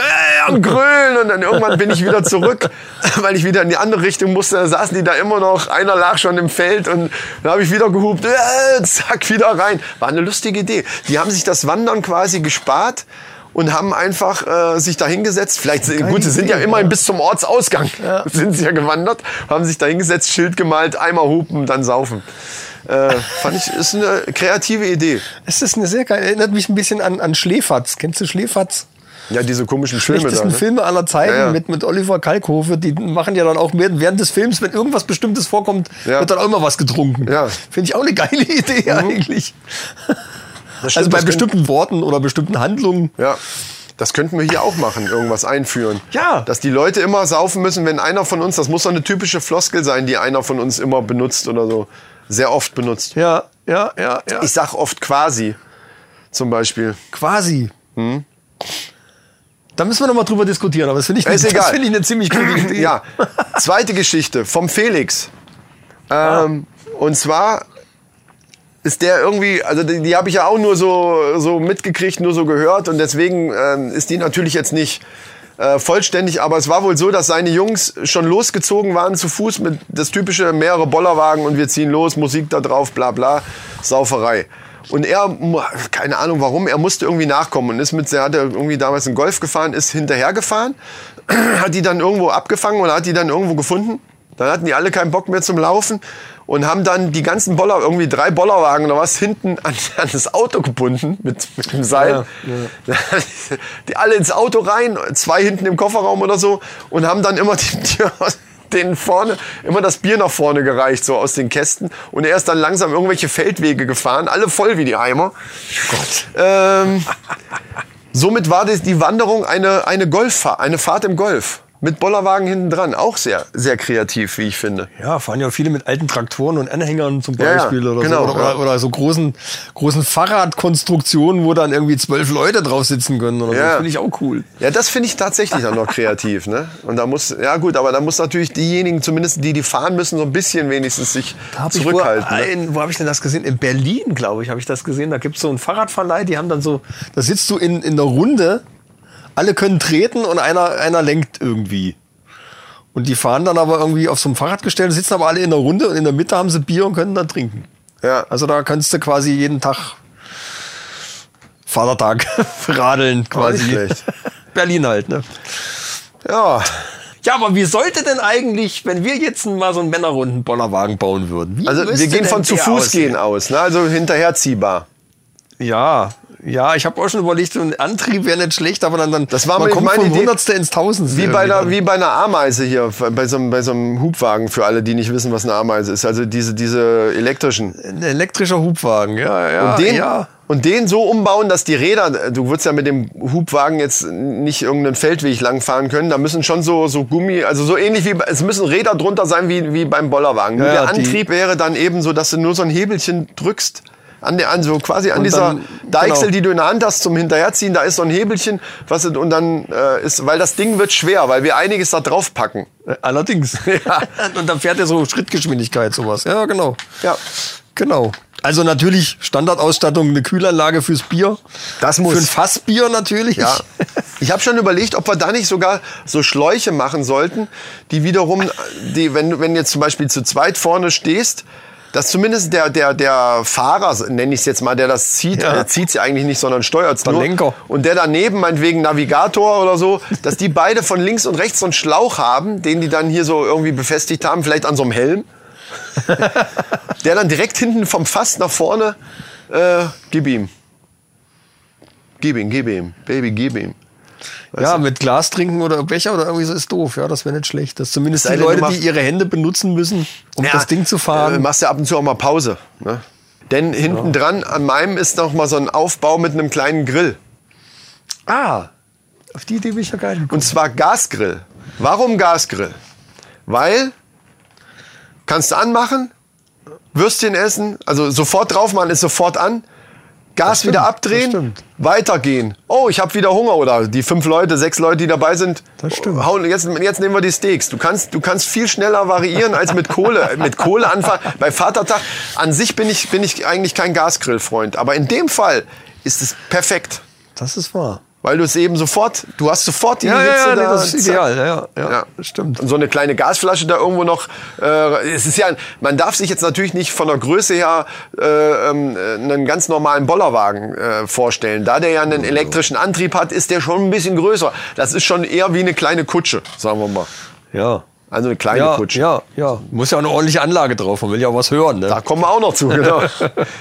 am Grölen und dann irgendwann bin ich wieder zurück, weil ich wieder in die andere Richtung musste. Da saßen die da immer noch, einer lag schon im Feld und dann habe ich wieder gehupt, äh, zack, wieder rein. War eine lustige Idee. Die haben sich das Wandern quasi gespart und haben einfach äh, sich da hingesetzt. Vielleicht, gut, sie sind ja immerhin bis zum Ortsausgang, sind sie ja gewandert, haben sich da hingesetzt, Schild gemalt, einmal hupen, dann saufen. Äh, fand ich, ist eine kreative Idee. Es ist eine sehr geile, erinnert mich ein bisschen an, an Schläferz. Kennst du Schläferz? Ja, diese komischen Filme da. schlechtesten Ne? Filme aller Zeiten Ja, ja. Mit, mit Oliver Kalkofe. Die machen ja dann auch mehr, während des Films, wenn irgendwas Bestimmtes vorkommt, Ja. wird dann auch immer was getrunken. Ja. Finde ich auch eine geile Idee eigentlich. Das stimmt, also bei das könnte- bestimmten Worten oder bestimmten Handlungen. Ja. Das könnten wir hier auch machen, irgendwas einführen. Ja. Dass die Leute immer saufen müssen, wenn einer von uns, das muss doch eine typische Floskel sein, die einer von uns immer benutzt oder so. Sehr oft benutzt. Ja, ja, ja, ja. Ich sag oft quasi, zum Beispiel. quasi. Hm? Da müssen wir nochmal drüber diskutieren, aber das finde ich, Ist eine- das egal. finde ich eine ziemlich gute Idee. Ja. Zweite Geschichte vom Felix. Ähm, Ah. Und zwar ist der irgendwie, also die, die habe ich ja auch nur so, so mitgekriegt, nur so gehört und deswegen ähm, ist die natürlich jetzt nicht äh, vollständig, aber es war wohl so, dass seine Jungs schon losgezogen waren zu Fuß mit das typische mehrere Bollerwagen und wir ziehen los, Musik da drauf, bla bla, Sauferei. Und er, mu- keine Ahnung warum, er musste irgendwie nachkommen und ist mit, er hat ja irgendwie damals einen Golf gefahren, ist hinterhergefahren, hat die dann irgendwo abgefangen oder hat die dann irgendwo gefunden. Dann hatten die alle keinen Bock mehr zum Laufen und haben dann die ganzen Boller, irgendwie drei Bollerwagen oder was, hinten an, an das Auto gebunden mit, mit dem Seil. Die alle ins Auto rein, zwei hinten im Kofferraum oder so und haben dann immer die, die den vorne, immer das Bier nach vorne gereicht, so aus den Kästen. Und er ist dann langsam irgendwelche Feldwege gefahren, alle voll wie die Eimer. Gott. Ähm, Somit war das, die Wanderung eine, eine Golffahrt, eine Fahrt im Golf. Mit Bollerwagen hinten dran. Auch sehr, sehr kreativ, wie ich finde. Ja, fahren ja viele mit alten Traktoren und Anhängern zum ja, Beispiel oder genau, so. Oder, ja. oder, oder so großen, großen Fahrradkonstruktionen, wo dann irgendwie zwölf Leute drauf sitzen können oder so. Ja. Das Finde ich auch cool. Ja, das finde ich tatsächlich dann noch kreativ, ne? Und da muss, ja gut, aber da muss natürlich diejenigen, zumindest die, die fahren müssen, so ein bisschen wenigstens sich Da hab ich wo, zurückhalten. ne? ein, wo habe ich denn das gesehen? In Berlin, glaube ich, habe ich das gesehen. Da gibt es so einen Fahrradverleih, die haben dann so, da sitzt du in, in der Runde, alle können treten und einer, einer lenkt irgendwie. Und die fahren dann aber irgendwie auf so einem Fahrradgestell, sitzen aber alle in der Runde und in der Mitte haben sie Bier und können dann trinken. Ja. Also da kannst du quasi jeden Tag Vatertag radeln quasi. schlecht. Berlin halt, ne? Ja. Ja, aber wie sollte denn eigentlich, wenn wir jetzt mal so einen Männerrunden Bollerwagen bauen würden? Wie Also müsste wir gehen denn von zu der Fuß aussehen? gehen aus, ne? Also hinterherziehbar. Ja, ja, ich habe auch schon überlegt, so ein Antrieb wäre nicht schlecht, aber dann, dann Das war man mir- kommt meine vom Idee. Hundertste ins Tausendste. Wie bei, irgendwie einer, dann. wie bei einer Ameise hier, bei so, einem, bei so einem Hubwagen für alle, die nicht wissen, was eine Ameise ist. Also diese, diese elektrischen. ein elektrischer Hubwagen, ja, ja. Und den, ja. und den so umbauen, dass die Räder, du würdest ja mit dem Hubwagen jetzt nicht irgendeinen Feldweg langfahren können, da müssen schon so, so Gummi, also so ähnlich wie, bei- es müssen Räder drunter sein wie, wie beim Bollerwagen. Nur Ja, der ja, die- Antrieb wäre dann eben so, dass du nur so ein Hebelchen drückst. An der, an so quasi an Und dieser dann- Deichsel, genau. die du in der Hand hast zum Hinterherziehen, da ist so ein Hebelchen, was du- und dann äh, ist, weil das Ding wird schwer, weil wir einiges da drauf packen. Allerdings. Ja. Und dann fährt er so Schrittgeschwindigkeit, sowas. Ja, genau. Ja. Genau. Also natürlich Standardausstattung, eine Kühlanlage fürs Bier. Das muss. Für ein Fassbier natürlich. Ja. Ich habe schon überlegt, ob wir da nicht sogar so Schläuche machen sollten, die wiederum, die, wenn, du- wenn jetzt zum Beispiel zu zweit vorne stehst, dass zumindest der, der, der Fahrer, nenne ich es jetzt mal, der das zieht, Ja. der zieht ja eigentlich nicht, sondern steuert Der nur. Lenker. Und der daneben, meinetwegen Navigator oder so, dass die beide von links und rechts so einen Schlauch haben, den die dann hier so irgendwie befestigt haben, vielleicht an so einem Helm, der dann direkt hinten vom Fass nach vorne, äh, gib ihm. Gib ihm, gib ihm, Baby, gib ihm. Ja, mit Glas trinken oder Becher oder irgendwie so ist doof. Ja, das wäre nicht schlecht. Dass zumindest Sei die denn, du Leute, die machst- ihre Hände benutzen müssen, um Ja, das Ding zu fahren. Äh, machst ja ab und zu auch mal Pause. Ne? Denn hinten dran an meinem ist noch mal so ein Aufbau mit einem kleinen Grill. ah, auf die Idee bin ich ja gar nicht gekommen. Und zwar Gasgrill. Warum Gasgrill? Weil kannst du anmachen, Würstchen essen, also sofort drauf machen, ist sofort an. Gas stimmt, wieder das abdrehen, stimmt. weitergehen. Oh, ich habe wieder Hunger oder die fünf Leute, sechs Leute, die dabei sind. oh, Das stimmt. Hauen, jetzt, jetzt nehmen wir die Steaks. Du kannst, du kannst viel schneller variieren als mit Kohle. mit Kohle anfangen. Bei Vatertag an sich bin ich, bin ich eigentlich kein Gasgrill-Freund. Aber in dem Fall ist es perfekt. Das ist wahr. Weil du es eben sofort, du hast sofort die Ja, Hitze ja, ja, nee, da. das ist zack. ideal. Ja, ja, ja, stimmt. Und so eine kleine Gasflasche da irgendwo noch. Äh, es ist ja, man darf sich jetzt natürlich nicht von der Größe her äh, ähm, äh, einen ganz normalen Bollerwagen äh, vorstellen. Da der ja Genau. einen elektrischen Antrieb hat, ist der schon ein bisschen größer. Das ist schon eher wie eine kleine Kutsche, sagen wir mal. Ja. Also eine kleine Ja, Kutsche. ja, ja. Muss ja auch eine ordentliche Anlage drauf. Man will ja auch was hören. Ne? Da kommen wir auch noch zu, genau.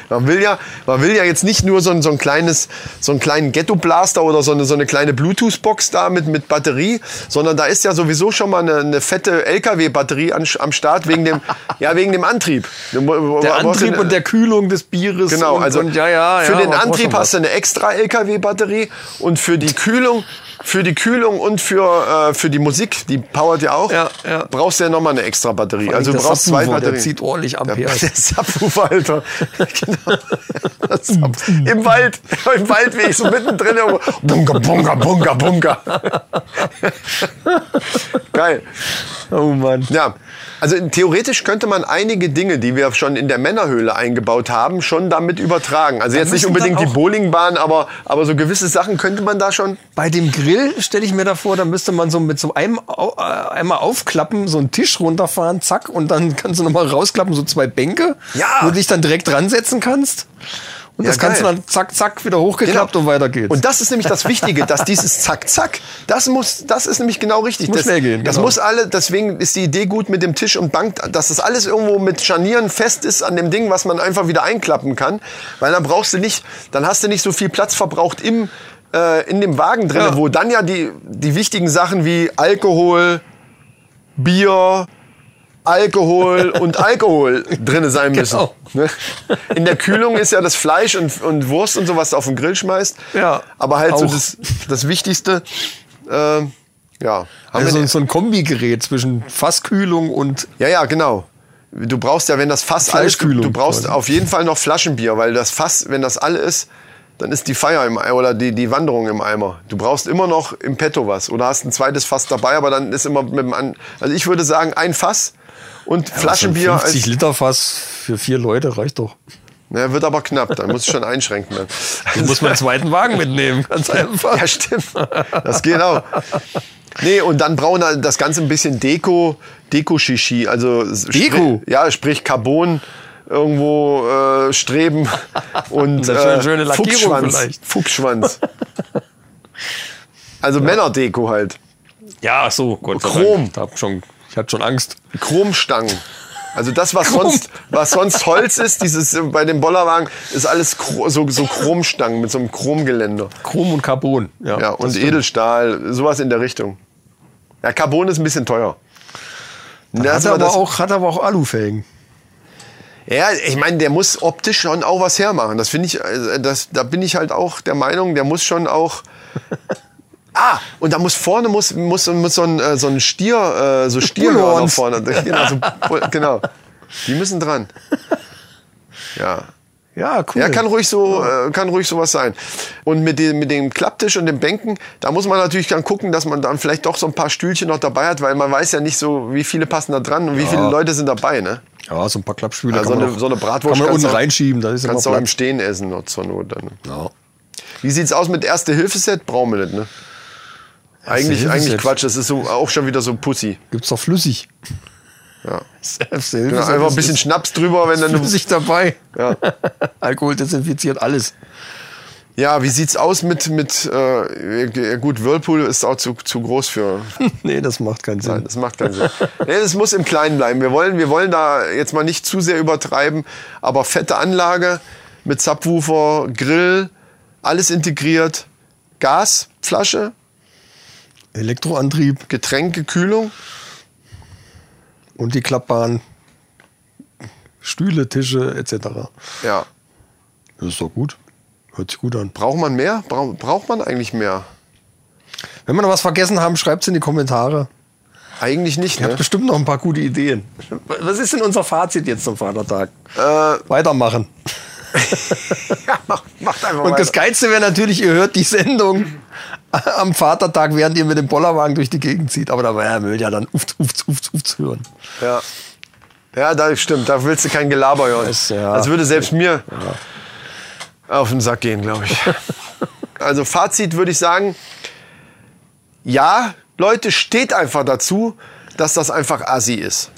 Man will ja, man will ja jetzt nicht nur so ein, so ein kleines, so einen kleinen Ghetto-Blaster oder so eine, so eine kleine Bluetooth-Box da mit, mit Batterie, sondern da ist ja sowieso schon mal eine, eine fette LKW-Batterie an, am Start wegen dem, ja, wegen dem Antrieb. Du mu- Der brauchst Antrieb eine- und der Kühlung des Bieres. äh, Genau, und, also und, ja, ja, für ja, den man braucht Antrieb schon was. hast du eine extra LKW-Batterie und für die Kühlung, für die Kühlung und für, äh, für die Musik, die powert ja auch, Ja, ja. brauchst du ja nochmal eine extra Batterie. Also du der brauchst zwei Subwoofer, der Batterien. zieht ordentlich Ampere. Der, der Subwoofer, Alter. genau. Der Sub- Im Wald, im Waldweg, so mittendrin. irgendwo. Bunga, bunga, bunga, bunga. Geil. Oh Mann. Ja, also theoretisch könnte man einige Dinge, die wir schon in der Männerhöhle eingebaut haben, schon damit übertragen. Also jetzt nicht müssen unbedingt die dann auch- Bowlingbahn, aber, aber so gewisse Sachen könnte man da schon. Bei dem Grill stelle ich mir da vor, da müsste man so mit so einem Au- äh, einmal aufklappen, so einen Tisch runterfahren, zack, und dann kannst du nochmal rausklappen, so zwei Bänke, Ja. wo du dich dann direkt dran setzen kannst. Und Ja, das kannst du geil. Genau. dann zack, zack, wieder hochgeklappt und weiter geht's. Und das ist nämlich das Wichtige, dass dieses Zack, Zack, das muss, das ist nämlich genau richtig. Muss das, schnell gehen, Das genau. muss alle, deswegen ist die Idee gut mit dem Tisch und Bank, dass das alles irgendwo mit Scharnieren fest ist an dem Ding, was man einfach wieder einklappen kann. Weil dann brauchst du nicht, dann hast du nicht so viel Platz verbraucht im, äh, in dem Wagen drin, Ja. wo dann ja die, die wichtigen Sachen wie Alkohol, Bier, Alkohol und Alkohol drin sein müssen. Genau. Ne? In der Kühlung ist ja das Fleisch und, und Wurst und so, was du auf den Grill schmeißt. Ja, Aber halt so auch. das, das Wichtigste, ähm, ja. Haben also wir, so ein Kombigerät zwischen Fasskühlung und ja, ja, genau. Du brauchst ja, wenn das Fass alles, du, Fleischkühlung du brauchst quasi. auf jeden Fall noch Flaschenbier, weil das Fass, wenn das alle ist, dann ist die Feier im Eimer oder die, die Wanderung im Eimer. Du brauchst immer noch im Petto was oder hast ein zweites Fass dabei, aber dann ist immer mit dem an. Also ich würde sagen, ein Fass und Flaschenbier. so ein 50 Liter Fass für vier Leute reicht doch. Na, wird aber knapp, dann muss ich schon einschränken. ne? Dann. Dann muss man einen zweiten Wagen mitnehmen, ganz einfach. Ja, stimmt. Das geht auch. Nee, und dann brauchen wir das Ganze ein bisschen Deko, Deko-Shishi. Also sprich- Deko? ja, sprich Carbon, irgendwo äh, Streben und Das ist eine äh, schöne Lackierung Fuchsschwanz. vielleicht. Fuchsschwanz. Also Männerdeko halt. Ja, so, Gott sei Chrom. Dank. Ich hab schon, ich hatte schon Angst. Chromstangen. Also das, was Chrom. sonst, was sonst Holz ist, dieses äh, bei dem Bollerwagen, ist alles chro- so, so Chromstangen mit so einem Chromgeländer. Chrom und Carbon. Ja, Ja, und Edelstahl, sowas in der Richtung. Ja, Carbon ist ein bisschen teuer. hat, Das war aber also das- auch, hat aber auch Alufelgen. Ja, ich meine, der muss optisch schon auch was hermachen. Das finde ich, also, das, da bin ich halt auch der Meinung, der muss schon auch. Ah, und da muss vorne muss, muss, muss so, ein, äh, so ein Stier, äh, so Stierhörner Bullhorns. vorne. Genau, so, Bull- genau. Die müssen dran. Ja. Ja, cool. Ja, kann ruhig so, äh, kann ruhig sowas sein. Und mit dem, mit dem Klapptisch und den Bänken, da muss man natürlich dann gucken, dass man dann vielleicht doch so ein paar Stühlchen noch dabei hat, weil man weiß ja nicht so, wie viele passen da dran und wie viele Leute sind dabei, ne? Ja, so ein paar Klappstühle. Also kann so man eine, auch- so eine Bratwurst Kann man kannst unten du auch- reinschieben, das ist immer kannst du auch im Platz. Stehen essen, noch zur Not dann. Ja. Wie sieht's aus mit Erste-Hilfe-Set? Brauchen wir nicht, ne? Eigentlich, eigentlich Erste-Hilfe-Set. Quatsch, das ist so, auch schon wieder so Pussy. Gibt's doch flüssig. Ja. Selbsthilfe. Ja, einfach ein bisschen Schnaps drüber, wenn dann. flüssig dabei. Ja. Alkohol desinfiziert alles. Ja, wie sieht's aus mit, mit äh, gut, Whirlpool ist auch zu, zu groß für, nee, das macht keinen Sinn. Nein, das macht keinen Sinn. nee, das muss im Kleinen bleiben. Wir wollen, wir wollen da jetzt mal nicht zu sehr übertreiben, aber fette Anlage mit Subwoofer, Grill, alles integriert, Gasflasche, Elektroantrieb Getränke, Kühlung. und die klappbaren Stühle, Tische etc. Ja, Das ist doch gut. Hört sich gut an. braucht man mehr? Brau- braucht man eigentlich mehr? Wenn wir noch was vergessen haben, schreibt's in die Kommentare. Eigentlich nicht. Ihr habt Ne? bestimmt noch ein paar gute Ideen. Was ist denn unser Fazit jetzt zum Vatertag? Äh, Weitermachen. ja, mach- macht einfach Und das weiter. Geilste wäre natürlich, ihr hört die Sendung am Vatertag, während ihr mit dem Bollerwagen durch die Gegend zieht. Aber da war ja Müll ja dann uft, uft, uft, uft hören. Ja. ja, da stimmt. Da willst du kein Gelaber hören. Ist ja- Das würde selbst mir auf den Sack gehen, glaube ich. Also Fazit würde ich sagen, ja, Leute, steht einfach dazu, dass das einfach assi ist.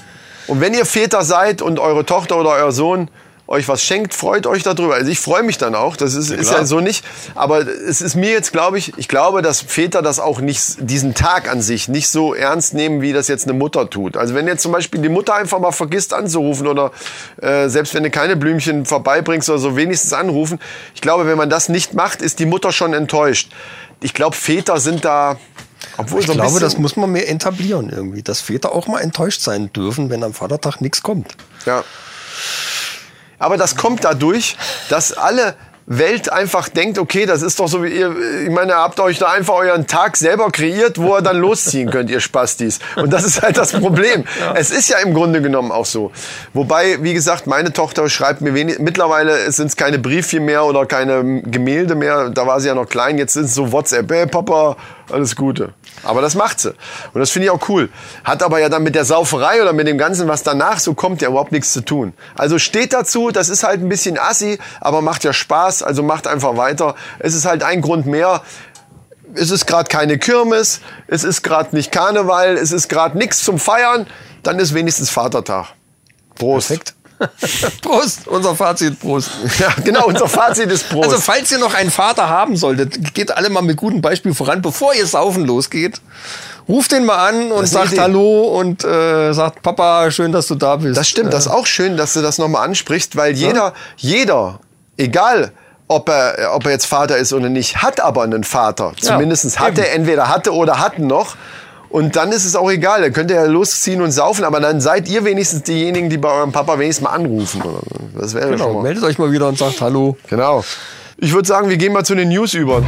Und wenn ihr Väter seid und eure Tochter oder euer Sohn euch was schenkt, freut euch darüber. Also ich freue mich dann auch, das ist ja, ist klar. ja so nicht. Aber es ist mir jetzt, glaube ich, ich glaube, dass Väter das auch nicht, diesen Tag an sich nicht so ernst nehmen, wie das jetzt eine Mutter tut. Also wenn jetzt zum Beispiel die Mutter einfach mal vergisst anzurufen oder äh, selbst wenn du keine Blümchen vorbeibringst oder so, wenigstens anrufen. Ich glaube, wenn man das nicht macht, ist die Mutter schon enttäuscht. Ich glaube, Väter sind da, obwohl Ich so ein glaube, das bisschen, muss man mehr etablieren irgendwie, dass Väter auch mal enttäuscht sein dürfen, wenn am Vatertag nichts kommt. Ja. Aber das kommt dadurch, dass alle Welt einfach denkt, okay, das ist doch so wie ihr, ich meine, habt euch da einfach euren Tag selber kreiert, wo ihr dann losziehen könnt, ihr Spastis. Und das ist halt das Problem. Es ist ja im Grunde genommen auch so. Wobei, wie gesagt, meine Tochter schreibt mir wenig, mittlerweile sind es keine Briefchen mehr oder keine Gemälde mehr, da war sie ja noch klein, jetzt sind es so WhatsApp, hey Papa, alles Gute. Aber das macht sie. Und das finde ich auch cool. Hat aber ja dann mit der Sauferei oder mit dem Ganzen, was danach so kommt, ja überhaupt nichts zu tun. Also steht dazu, das ist halt ein bisschen assi, aber macht ja Spaß, also macht einfach weiter. Es ist halt ein Grund mehr. Es ist gerade keine Kirmes, es ist gerade nicht Karneval, es ist gerade nichts zum Feiern, dann ist wenigstens Vatertag. Prost. Perfekt. Prost, unser Fazit, Prost. Ja, genau, unser Fazit ist Prost. Also falls ihr noch einen Vater haben solltet, geht alle mal mit gutem Beispiel voran, bevor ihr saufen losgeht. Ruft den mal an und ist eine sagt Idee. Hallo und äh, sagt Papa, schön, dass du da bist. Äh, Das stimmt, das ist auch schön, dass du das nochmal ansprichst, weil jeder, jeder, egal ob er, ob er jetzt Vater ist oder nicht, hat aber einen Vater. Zumindest hat er, entweder hatte oder hatten noch. Und dann ist es auch egal, dann könnt ihr ja losziehen und saufen, aber dann seid ihr wenigstens diejenigen, die bei eurem Papa wenigstens mal anrufen. Oder so. Das wäre Genau, schon mal. meldet euch mal wieder und sagt Hallo. Genau. Ich würde sagen, wir gehen mal zu den News über.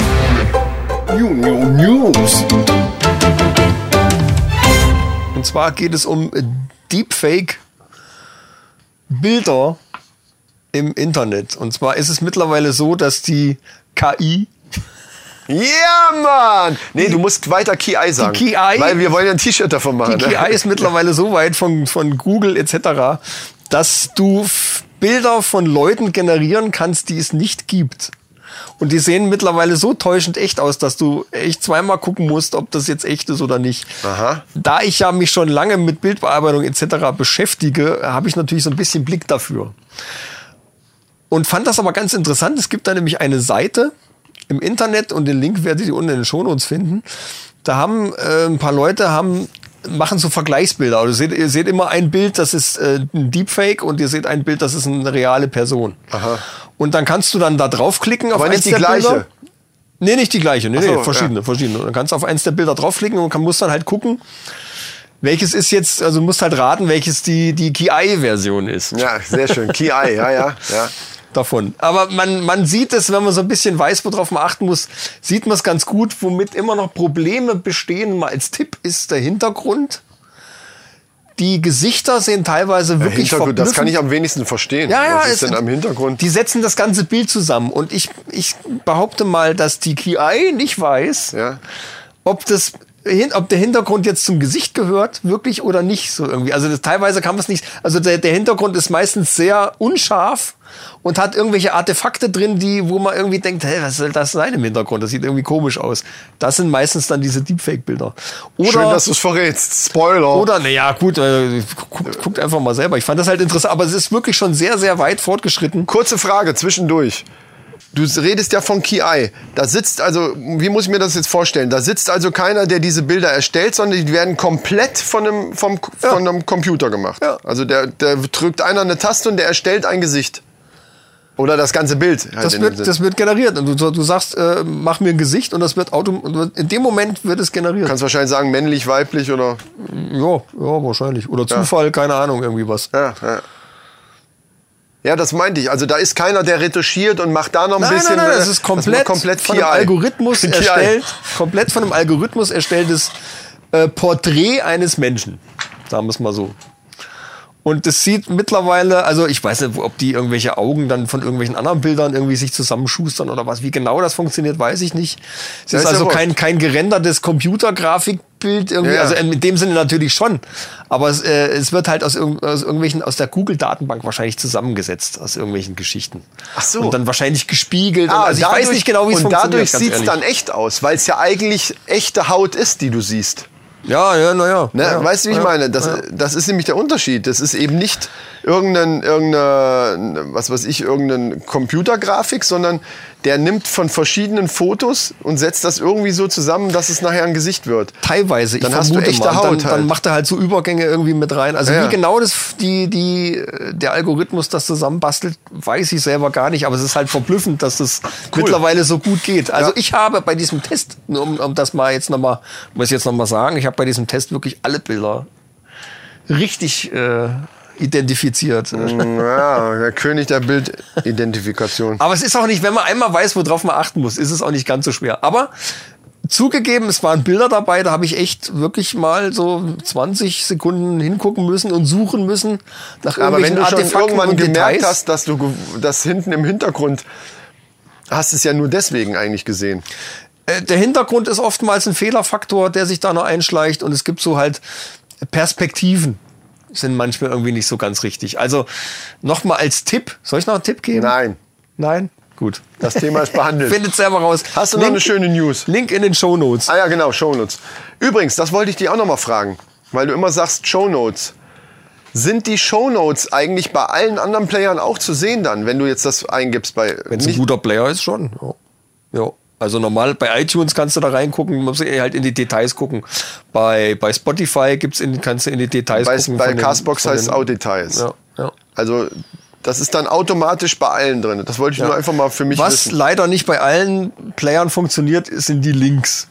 Und zwar geht es um äh, Deepfake-Bilder im Internet. Und zwar ist es mittlerweile so, dass die KI Yeah, Mann! Nee, du musst weiter Key Eye sagen. Key Eye? Weil wir wollen ja ein T-Shirt davon machen. ne? Die KI ist mittlerweile so weit von, von Google etc., dass du F- Bilder von Leuten generieren kannst, die es nicht gibt. Und die sehen mittlerweile so täuschend echt aus, dass du echt zweimal gucken musst, ob das jetzt echt ist oder nicht. Aha. Da ich ja mich schon lange mit Bildbearbeitung etc. beschäftige, habe ich natürlich so ein bisschen Blick dafür. Und fand das aber ganz interessant. Es gibt da nämlich eine Seite im Internet und den Link werdet ihr unten in den Shownotes finden. Da haben äh, ein paar Leute haben machen so Vergleichsbilder. Also seht, ihr seht immer ein Bild, das ist äh, ein Deepfake und ihr seht ein Bild, das ist eine reale Person. Aha. Und dann kannst du dann da draufklicken auf Aber eins nicht die der gleiche. Bilder. Nee, nicht die gleiche. Nee, Ach so, nee, verschiedene, verschiedene. Und dann kannst du auf eins der Bilder draufklicken und kann, musst dann halt gucken, welches ist jetzt, also du musst halt raten, welches die, die KI-Version ist Ja, sehr schön. Key Eye, ja, ja, ja. davon. Aber man, man sieht es, wenn man so ein bisschen weiß, worauf man achten muss, sieht man es ganz gut, womit immer noch Probleme bestehen. Mal als Tipp ist der Hintergrund. Die Gesichter sehen teilweise wirklich Hintergrund, das kann verblüffend ich am wenigsten verstehen. ja, ja, Was ist es- denn am Hintergrund? Die setzen das ganze Bild zusammen. Und ich, ich behaupte mal, dass die KI nicht weiß, Ja. ob das hin- ob der Hintergrund jetzt zum Gesicht gehört, wirklich oder nicht, so irgendwie. Also das, teilweise kann man es nicht. Also der, der Hintergrund ist meistens sehr unscharf und hat irgendwelche Artefakte drin, die, wo man irgendwie denkt, hey, was soll das sein im Hintergrund? Das sieht irgendwie komisch aus. Das sind meistens dann diese Deepfake-Bilder. Oder- Schön, dass du es verrätst. Spoiler. oder, naja, gut, Oh. äh, guckt, guckt einfach mal selber. Ich fand das halt interessant, aber es ist wirklich schon sehr, sehr weit fortgeschritten. Kurze Frage zwischendurch. Du redest ja von Key Eye. Da sitzt also, wie muss ich mir das jetzt vorstellen? Da sitzt also keiner, der diese Bilder erstellt, sondern die werden komplett von einem, vom, von einem Computer gemacht. Ja. Also der, der drückt einer eine Taste und der erstellt ein Gesicht. Oder das ganze Bild. Halt Das in dem wird, Sinn. das wird generiert. Und du, du sagst, äh, mach mir ein Gesicht und das wird automatisch. In dem Moment wird es generiert. kannst wahrscheinlich sagen, männlich, weiblich oder. ja, ja, wahrscheinlich. Oder Zufall, keine Ahnung, irgendwie was. Ja, ja. ja, das meinte ich. Also da ist keiner, der retuschiert und macht da noch ein bisschen. Nein, nein, das äh, ist komplett, macht komplett von einem Key Eye. Algorithmus Key Eye. erstellt, komplett von einem Algorithmus erstelltes äh, Porträt eines Menschen. Sagen wir es mal so. Und das sieht mittlerweile, also ich weiß nicht, ob die irgendwelche Augen dann von irgendwelchen anderen Bildern irgendwie sich zusammenschustern oder was. Wie genau das funktioniert, weiß ich nicht. Es Ja, ist, ist ja also wurscht. kein, kein gerendertes Computergrafikbild Weltbild irgendwie. Ja, ja. Also in dem Sinne natürlich schon. Aber es, äh, es wird halt aus, irgend, aus irgendwelchen, aus der Google-Datenbank wahrscheinlich zusammengesetzt, aus irgendwelchen Geschichten. Ach so. Und dann wahrscheinlich gespiegelt. und, also ich weiß nicht genau, wie es Ah, Und funktioniert. dadurch ganz sieht es ehrlich. dann echt aus, weil es ja eigentlich echte Haut ist, die du siehst. Ja, ja, naja. Ne? ja, weißt du, wie ich ja, meine? Das, ja. das ist nämlich der Unterschied. Das ist eben nicht irgendein, irgendeine, was weiß ich, irgendeine Computergrafik, sondern der nimmt von verschiedenen Fotos und setzt das irgendwie so zusammen, dass es nachher ein Gesicht wird. Teilweise. Ich Dann hast du vermute echte mal. Und Haut Dann, halt. dann macht er halt so Übergänge irgendwie mit rein. Also Ja. wie genau das, die, die, äh, der Algorithmus das zusammenbastelt, weiß ich selber gar nicht. Aber es ist halt verblüffend, dass das mittlerweile so gut geht. Also Ja. ich habe bei diesem Test, nur um, um das mal jetzt nochmal, muss ich jetzt nochmal sagen, ich habe bei diesem Test wirklich alle Bilder richtig äh, identifiziert. Mhm. Ja, der König der Bildidentifikation. Aber es ist auch nicht, wenn man einmal weiß, worauf man achten muss, ist es auch nicht ganz so schwer. Aber zugegeben, es waren Bilder dabei, da habe ich echt wirklich mal so 20 Sekunden hingucken müssen und suchen müssen nach Aber irgendwelchen wenn du schon Artefakten irgendwann und gemerkt Details. hast, dass du ge- das hinten im Hintergrund hast es ja nur deswegen eigentlich gesehen. Äh, der Hintergrund ist oftmals ein Fehlerfaktor, der sich da noch einschleicht und es gibt so halt Perspektiven sind manchmal irgendwie nicht so ganz richtig. Also nochmal als Tipp, soll ich noch einen Tipp geben? Nein. Nein? Gut. Das Thema ist behandelt. Findet selber raus. Hast du noch eine schöne News? Link in den Show Notes. Ah ja, genau, Shownotes. Übrigens, das wollte ich dich auch noch mal fragen, weil du immer sagst Shownotes. Sind die Shownotes eigentlich bei allen anderen Playern auch zu sehen dann, wenn du jetzt das eingibst bei Wenn es ein nicht- guter Player ist, schon. Ja. ja. Also normal bei iTunes kannst du da reingucken, musst du eh halt in die Details gucken. Bei, bei Spotify gibt's in, kannst du in die Details bei, gucken. bei von den- Castbox von heißt es den- auch Details. Ja, ja. Also das ist dann automatisch bei allen drin. Das wollte ich nur einfach mal für mich Was wissen. leider nicht bei allen Playern funktioniert, sind die Links.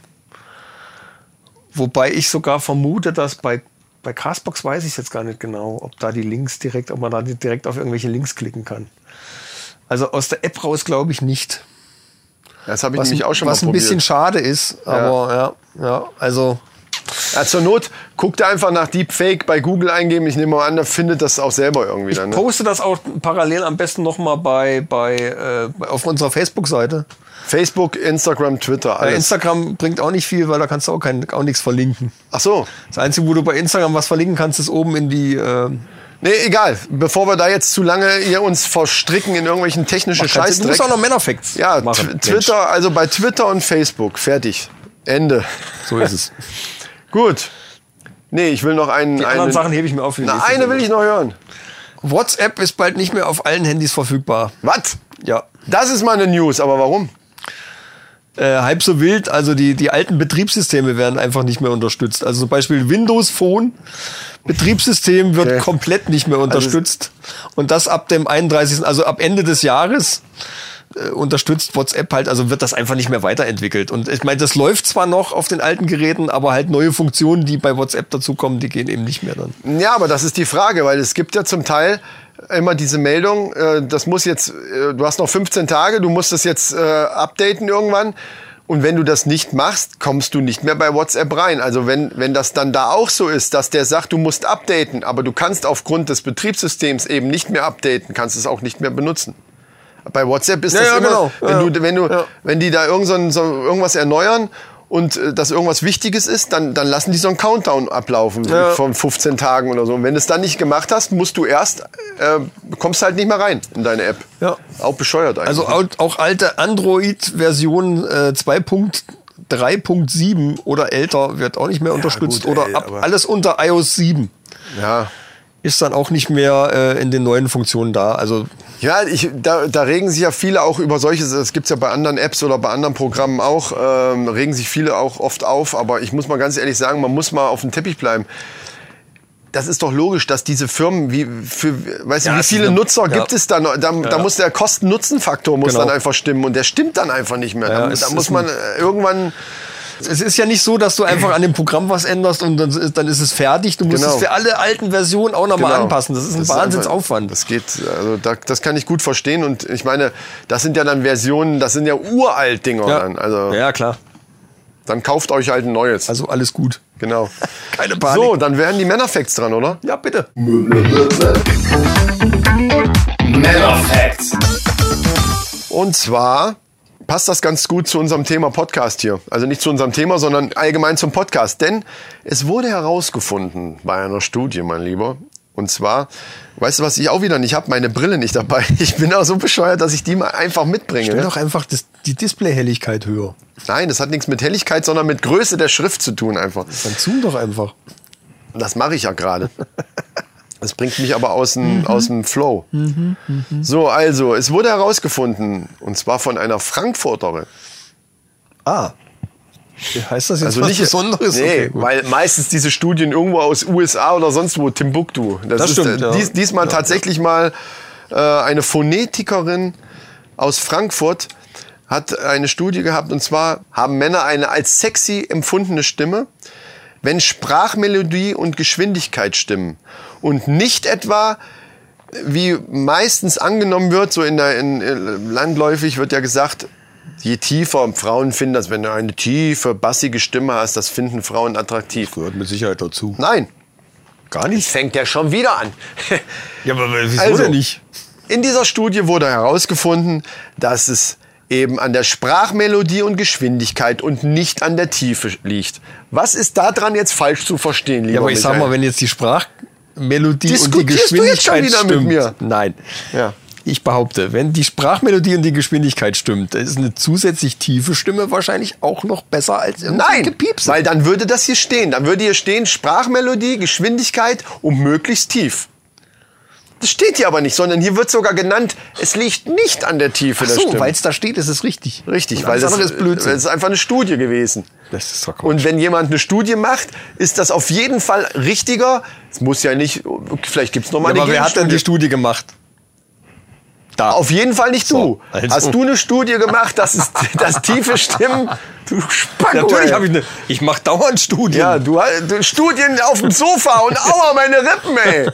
Wobei ich sogar vermute, dass bei, bei Castbox weiß ich jetzt gar nicht genau, ob da die Links direkt, ob man da direkt auf irgendwelche Links klicken kann. Also aus der App raus glaube ich nicht. Das habe ich Was, nämlich auch schon was mal ein probiert. bisschen schade ist, aber ja, ja, also ja, zur Not guckt da einfach nach Deepfake bei Google eingeben. Ich nehme mal an, da findet das auch selber irgendwie dann. Ne? poste das auch parallel am besten nochmal bei, bei, äh, bei- auf unserer Facebook-Seite. Facebook, Instagram, Twitter, Bei alles. Instagram bringt auch nicht viel, weil da kannst du auch, kein, auch nichts verlinken. Ach so. Das Einzige, wo du bei Instagram was verlinken kannst, ist oben in die. Äh, Nee, egal. Bevor wir da jetzt zu lange hier uns verstricken in irgendwelchen technischen Scheiß, du Scheißdreck. musst auch noch Männerfacts Ja, machen. Tw- Mensch. Twitter, also bei Twitter und Facebook. Fertig. Ende. So ist es. Gut. Nee, ich will noch einen. Die anderen Sachen hebe ich mir auf für die Na, nächste eine will Sendung. ich noch hören. WhatsApp ist bald nicht mehr auf allen Handys verfügbar. Was? Ja. Das ist mal eine News, aber warum? äh, halb so wild. Also die, die alten Betriebssysteme werden einfach nicht mehr unterstützt. Also zum Beispiel Windows Phone Betriebssystem wird Okay. komplett nicht mehr unterstützt. und das ab dem 31. also ab Ende des Jahres äh, unterstützt WhatsApp halt, also wird das einfach nicht mehr weiterentwickelt. Und ich meine, das läuft zwar noch auf den alten Geräten, aber halt neue Funktionen, die bei WhatsApp dazukommen, die gehen eben nicht mehr dann. Ja, aber das ist die Frage, weil es gibt ja zum Teil immer diese Meldung, äh, das muss jetzt, äh, du hast noch 15 Tage, du musst das jetzt äh, updaten irgendwann. Und wenn du das nicht machst, kommst du nicht mehr bei WhatsApp rein. Also wenn, wenn das dann da auch so ist, dass der sagt, du musst updaten, aber du kannst aufgrund des Betriebssystems eben nicht mehr updaten, kannst es auch nicht mehr benutzen. Bei WhatsApp ist Ja, das ja, immer, genau. wenn Ja, ja. du, wenn du, Ja. wenn die da irgend so ein, so irgendwas erneuern und äh, das irgendwas Wichtiges ist, dann, dann lassen die so einen Countdown ablaufen Ja. von 15 Tagen oder so. Und wenn du es dann nicht gemacht hast, musst du erst, äh, kommst halt nicht mehr rein in deine App. Ja. Auch bescheuert eigentlich. Also au- auch alte Android-Version äh, 2.3.7 oder älter wird auch nicht mehr unterstützt. gut, oder ey, ab, aber- alles unter iOS 7 ja. ist dann auch nicht mehr äh, in den neuen Funktionen da. Also Ja, ich, da, da regen sich ja viele auch über solche, das gibt's ja bei anderen Apps oder bei anderen Programmen auch, ähm, regen sich viele auch oft auf, aber ich muss mal ganz ehrlich sagen, man muss mal auf dem Teppich bleiben. Das ist doch logisch, dass diese Firmen, wie, für, weißt Ja, du, wie es ist viele eine- Nutzer ja. gibt es da noch? Da, da ja. muss der Kosten-Nutzen-Faktor muss Genau. dann einfach stimmen und der stimmt dann einfach nicht mehr. Ja, da, es da ist muss man ein- äh, irgendwann, es ist ja nicht so, dass du einfach an dem Programm was änderst und dann, ist- dann ist es fertig. Du musst Genau. es für alle alten Versionen auch nochmal Genau. anpassen. Das ist ein einfach- Wahnsinnsaufwand. Das geht, also da, das kann ich gut verstehen und ich meine, das sind ja dann Versionen, das sind ja uralt Dinger dann. Also ja, klar. dann kauft euch halt ein neues. Also alles gut. Genau. Keine Panik. So, dann wären die Männerfacts dran, oder? Ja, bitte. Man of Facts. Und zwar passt das ganz gut zu unserem Thema Podcast hier. Also nicht zu unserem Thema, sondern allgemein zum Podcast. Denn es wurde herausgefunden bei einer Studie, mein Lieber. Und zwar, weißt du, was ich auch wieder nicht habe? Meine Brille nicht dabei. Ich bin auch so bescheuert, dass ich die mal einfach mitbringe. Stell ne? doch einfach das, die Displayhelligkeit höher. Nein, das hat nichts mit Helligkeit, sondern mit Größe der Schrift zu tun einfach. Dann zoom doch einfach. Das mache ich ja gerade. Das bringt mich aber aus dem, aus dem Flow. So, also, es wurde herausgefunden, und zwar von einer Frankfurterin. Ah. Heißt das jetzt Also was nicht Besonderes? Nee, Okay, gut. weil meistens diese Studien irgendwo aus USA oder sonst wo, Timbuktu. Das ist, stimmt, äh, ja. dies, diesmal tatsächlich mal äh, eine Phonetikerin aus Frankfurt hat eine Studie gehabt und zwar haben Männer eine als sexy empfundene Stimme, wenn Sprachmelodie und Geschwindigkeit stimmen und nicht etwa wie meistens angenommen wird, so in der in, in, landläufig wird ja gesagt, je tiefer Frauen finden das, wenn du eine tiefe, bassige Stimme hast, das finden Frauen attraktiv. Gehört mit Sicherheit dazu. Nein, Gar nicht. fängt ja schon wieder an. Ja, aber wieso Also. denn nicht? In dieser Studie wurde herausgefunden, dass es eben an der Sprachmelodie und Geschwindigkeit und nicht an der Tiefe liegt. Was ist daran jetzt falsch zu verstehen, lieber Ja, aber ich sag Michael? mal, wenn jetzt die Sprachmelodie und die Diskutierst du jetzt schon Geschwindigkeit wieder mit stimmt. mir? Nein. Ja. Ich behaupte, wenn die Sprachmelodie und die Geschwindigkeit stimmt, ist eine zusätzlich tiefe Stimme wahrscheinlich auch noch besser als irgendwie Nein, gepiepst. weil dann würde das hier stehen. Dann würde hier stehen Sprachmelodie, Geschwindigkeit und möglichst tief. Das steht hier aber nicht, sondern hier wird sogar genannt, es liegt nicht an der Tiefe Ach der so, Stimme. weil es da steht, ist es richtig. Richtig, Und weil alles das, äh, andere ist Blödsinn. weil es ist einfach eine Studie gewesen. Das ist doch Quatsch. Und wenn jemand eine Studie macht, ist das auf jeden Fall richtiger. Es muss ja nicht, vielleicht gibt's noch mal ja, eine aber wer hat denn Gegenstudie. die Studie gemacht? Da. Auf jeden Fall nicht So, du. also. Hast du eine Studie gemacht, dass, es, dass tiefe Stimmen... Du Spacko, Natürlich ey. habe ich eine. Ich mache dauernd Studien. Ja, du hast du- Studien auf dem Sofa und aua, meine Rippen, ey.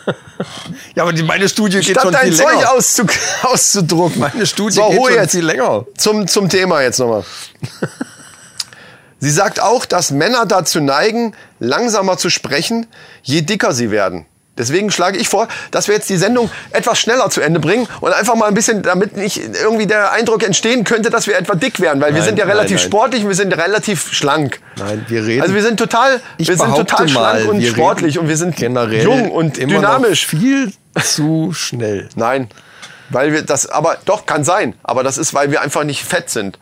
Ja, aber die, meine Studie geht Statt schon dein viel Zeug länger. auszu auszudrucken. Meine Studie so, geht hol schon jetzt. viel länger. Zum, zum Thema jetzt nochmal. Sie sagt auch, dass Männer dazu neigen, langsamer zu sprechen, je dicker sie werden. Deswegen schlage ich vor, dass wir jetzt die Sendung etwas schneller zu Ende bringen und einfach mal ein bisschen, damit nicht irgendwie der Eindruck entstehen könnte, dass wir etwa dick werden, weil wir Nein, sind ja nein, relativ nein. sportlich und wir sind relativ schlank. Nein, wir reden- Also wir sind total, Ich wir sind behaupte total mal, schlank und wir sportlich reden und wir sind generell jung und immer noch dynamisch. Viel zu schnell. Nein, weil wir das, aber doch, kann sein. Aber das ist, weil wir einfach nicht fett sind.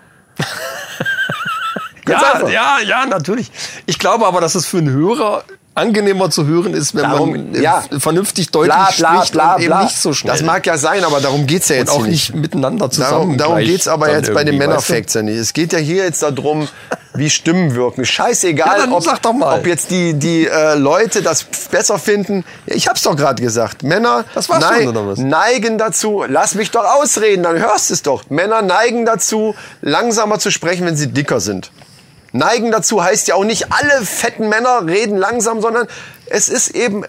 Ganz einfach. ja, ja, natürlich. Ich glaube aber, dass es für einen Hörer angenehmer zu hören ist, wenn Darum- man äh, ja. vernünftig deutlich spricht und eben nicht so schnell. Das mag ja sein, aber darum geht's ja und jetzt auch hier nicht miteinander Darum, zusammen. darum gleich geht's aber dann jetzt bei den irgendwie, weißt du? Männerfacts ja nicht. Es geht ja hier jetzt darum, wie Stimmen wirken. Ja, Scheißegal, dann ob, sag doch mal. ob jetzt die, die äh, Leute das besser finden. Ich hab's doch gerade gesagt. Männer Das war's schon, oder was? neigen dazu, lass mich doch ausreden, dann hörst es doch. Männer neigen dazu, langsamer zu sprechen, wenn sie dicker sind. Neigen dazu heißt ja auch nicht, alle fetten Männer reden langsam, sondern es ist eben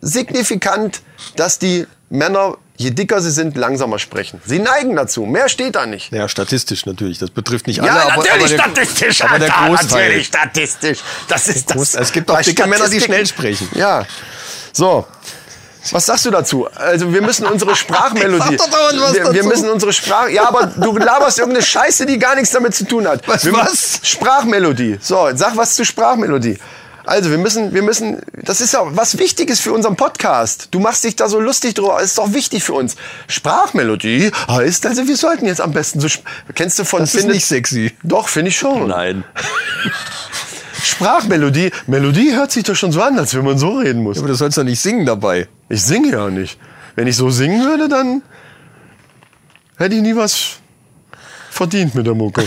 signifikant, dass die Männer, je dicker sie sind, langsamer sprechen. Sie neigen dazu. Mehr steht da nicht. Ja, statistisch natürlich. Das betrifft nicht alle. Ja, aber, aber natürlich der, statistisch, aber der Alter, Großteil. natürlich statistisch. Das ist das. Groß- es gibt auch Bei dicke Männer, die Statistiken- schnell sprechen. Ja. So. Was sagst du dazu? Also wir müssen unsere Sprachmelodie. Ich sag doch dauernd was wir, wir dazu. müssen unsere Sprach. Ja, aber du laberst irgendeine Scheiße, die gar nichts damit zu tun hat. Was- Wir- was? Sprachmelodie. So, sag was zu Sprachmelodie. Also wir müssen, wir müssen. Das ist ja was Wichtiges für unseren Podcast. Du machst dich da so lustig drüber. Ist doch wichtig für uns. Sprachmelodie heißt also, wir sollten jetzt am besten so. sp- Kennst du von Das ist Findet- nicht sexy. doch, finde ich schon. Nein. Sprachmelodie. Melodie hört sich doch schon so an, als wenn man so reden muss. Aber du sollst doch nicht singen dabei. Ich singe ja nicht. Wenn ich so singen würde, dann hätte ich nie was verdient mit der Mucke.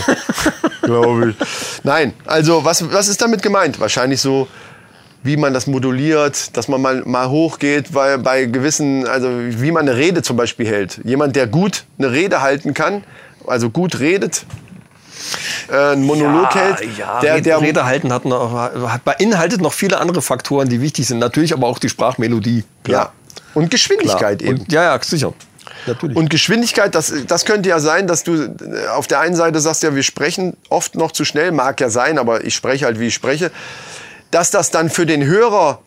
Glaube ich. Nein, also was, was ist damit gemeint? Wahrscheinlich so, wie man das moduliert, dass man mal, mal hochgeht, weil bei gewissen, also wie man eine Rede zum Beispiel hält. Jemand, der gut eine Rede halten kann, also gut redet, äh, einen Monolog hält, der, der Rede halten hat noch, hat beinhaltet noch viele andere Faktoren, die wichtig sind. Natürlich aber auch die Sprachmelodie. Ja. Und Geschwindigkeit eben. Und, ja, ja, sicher. Natürlich. Und Geschwindigkeit, das, das könnte ja sein, dass du äh, auf der einen Seite sagst, ja, wir sprechen oft noch zu schnell, mag ja sein, aber ich spreche halt, wie ich spreche, dass das dann für den Hörer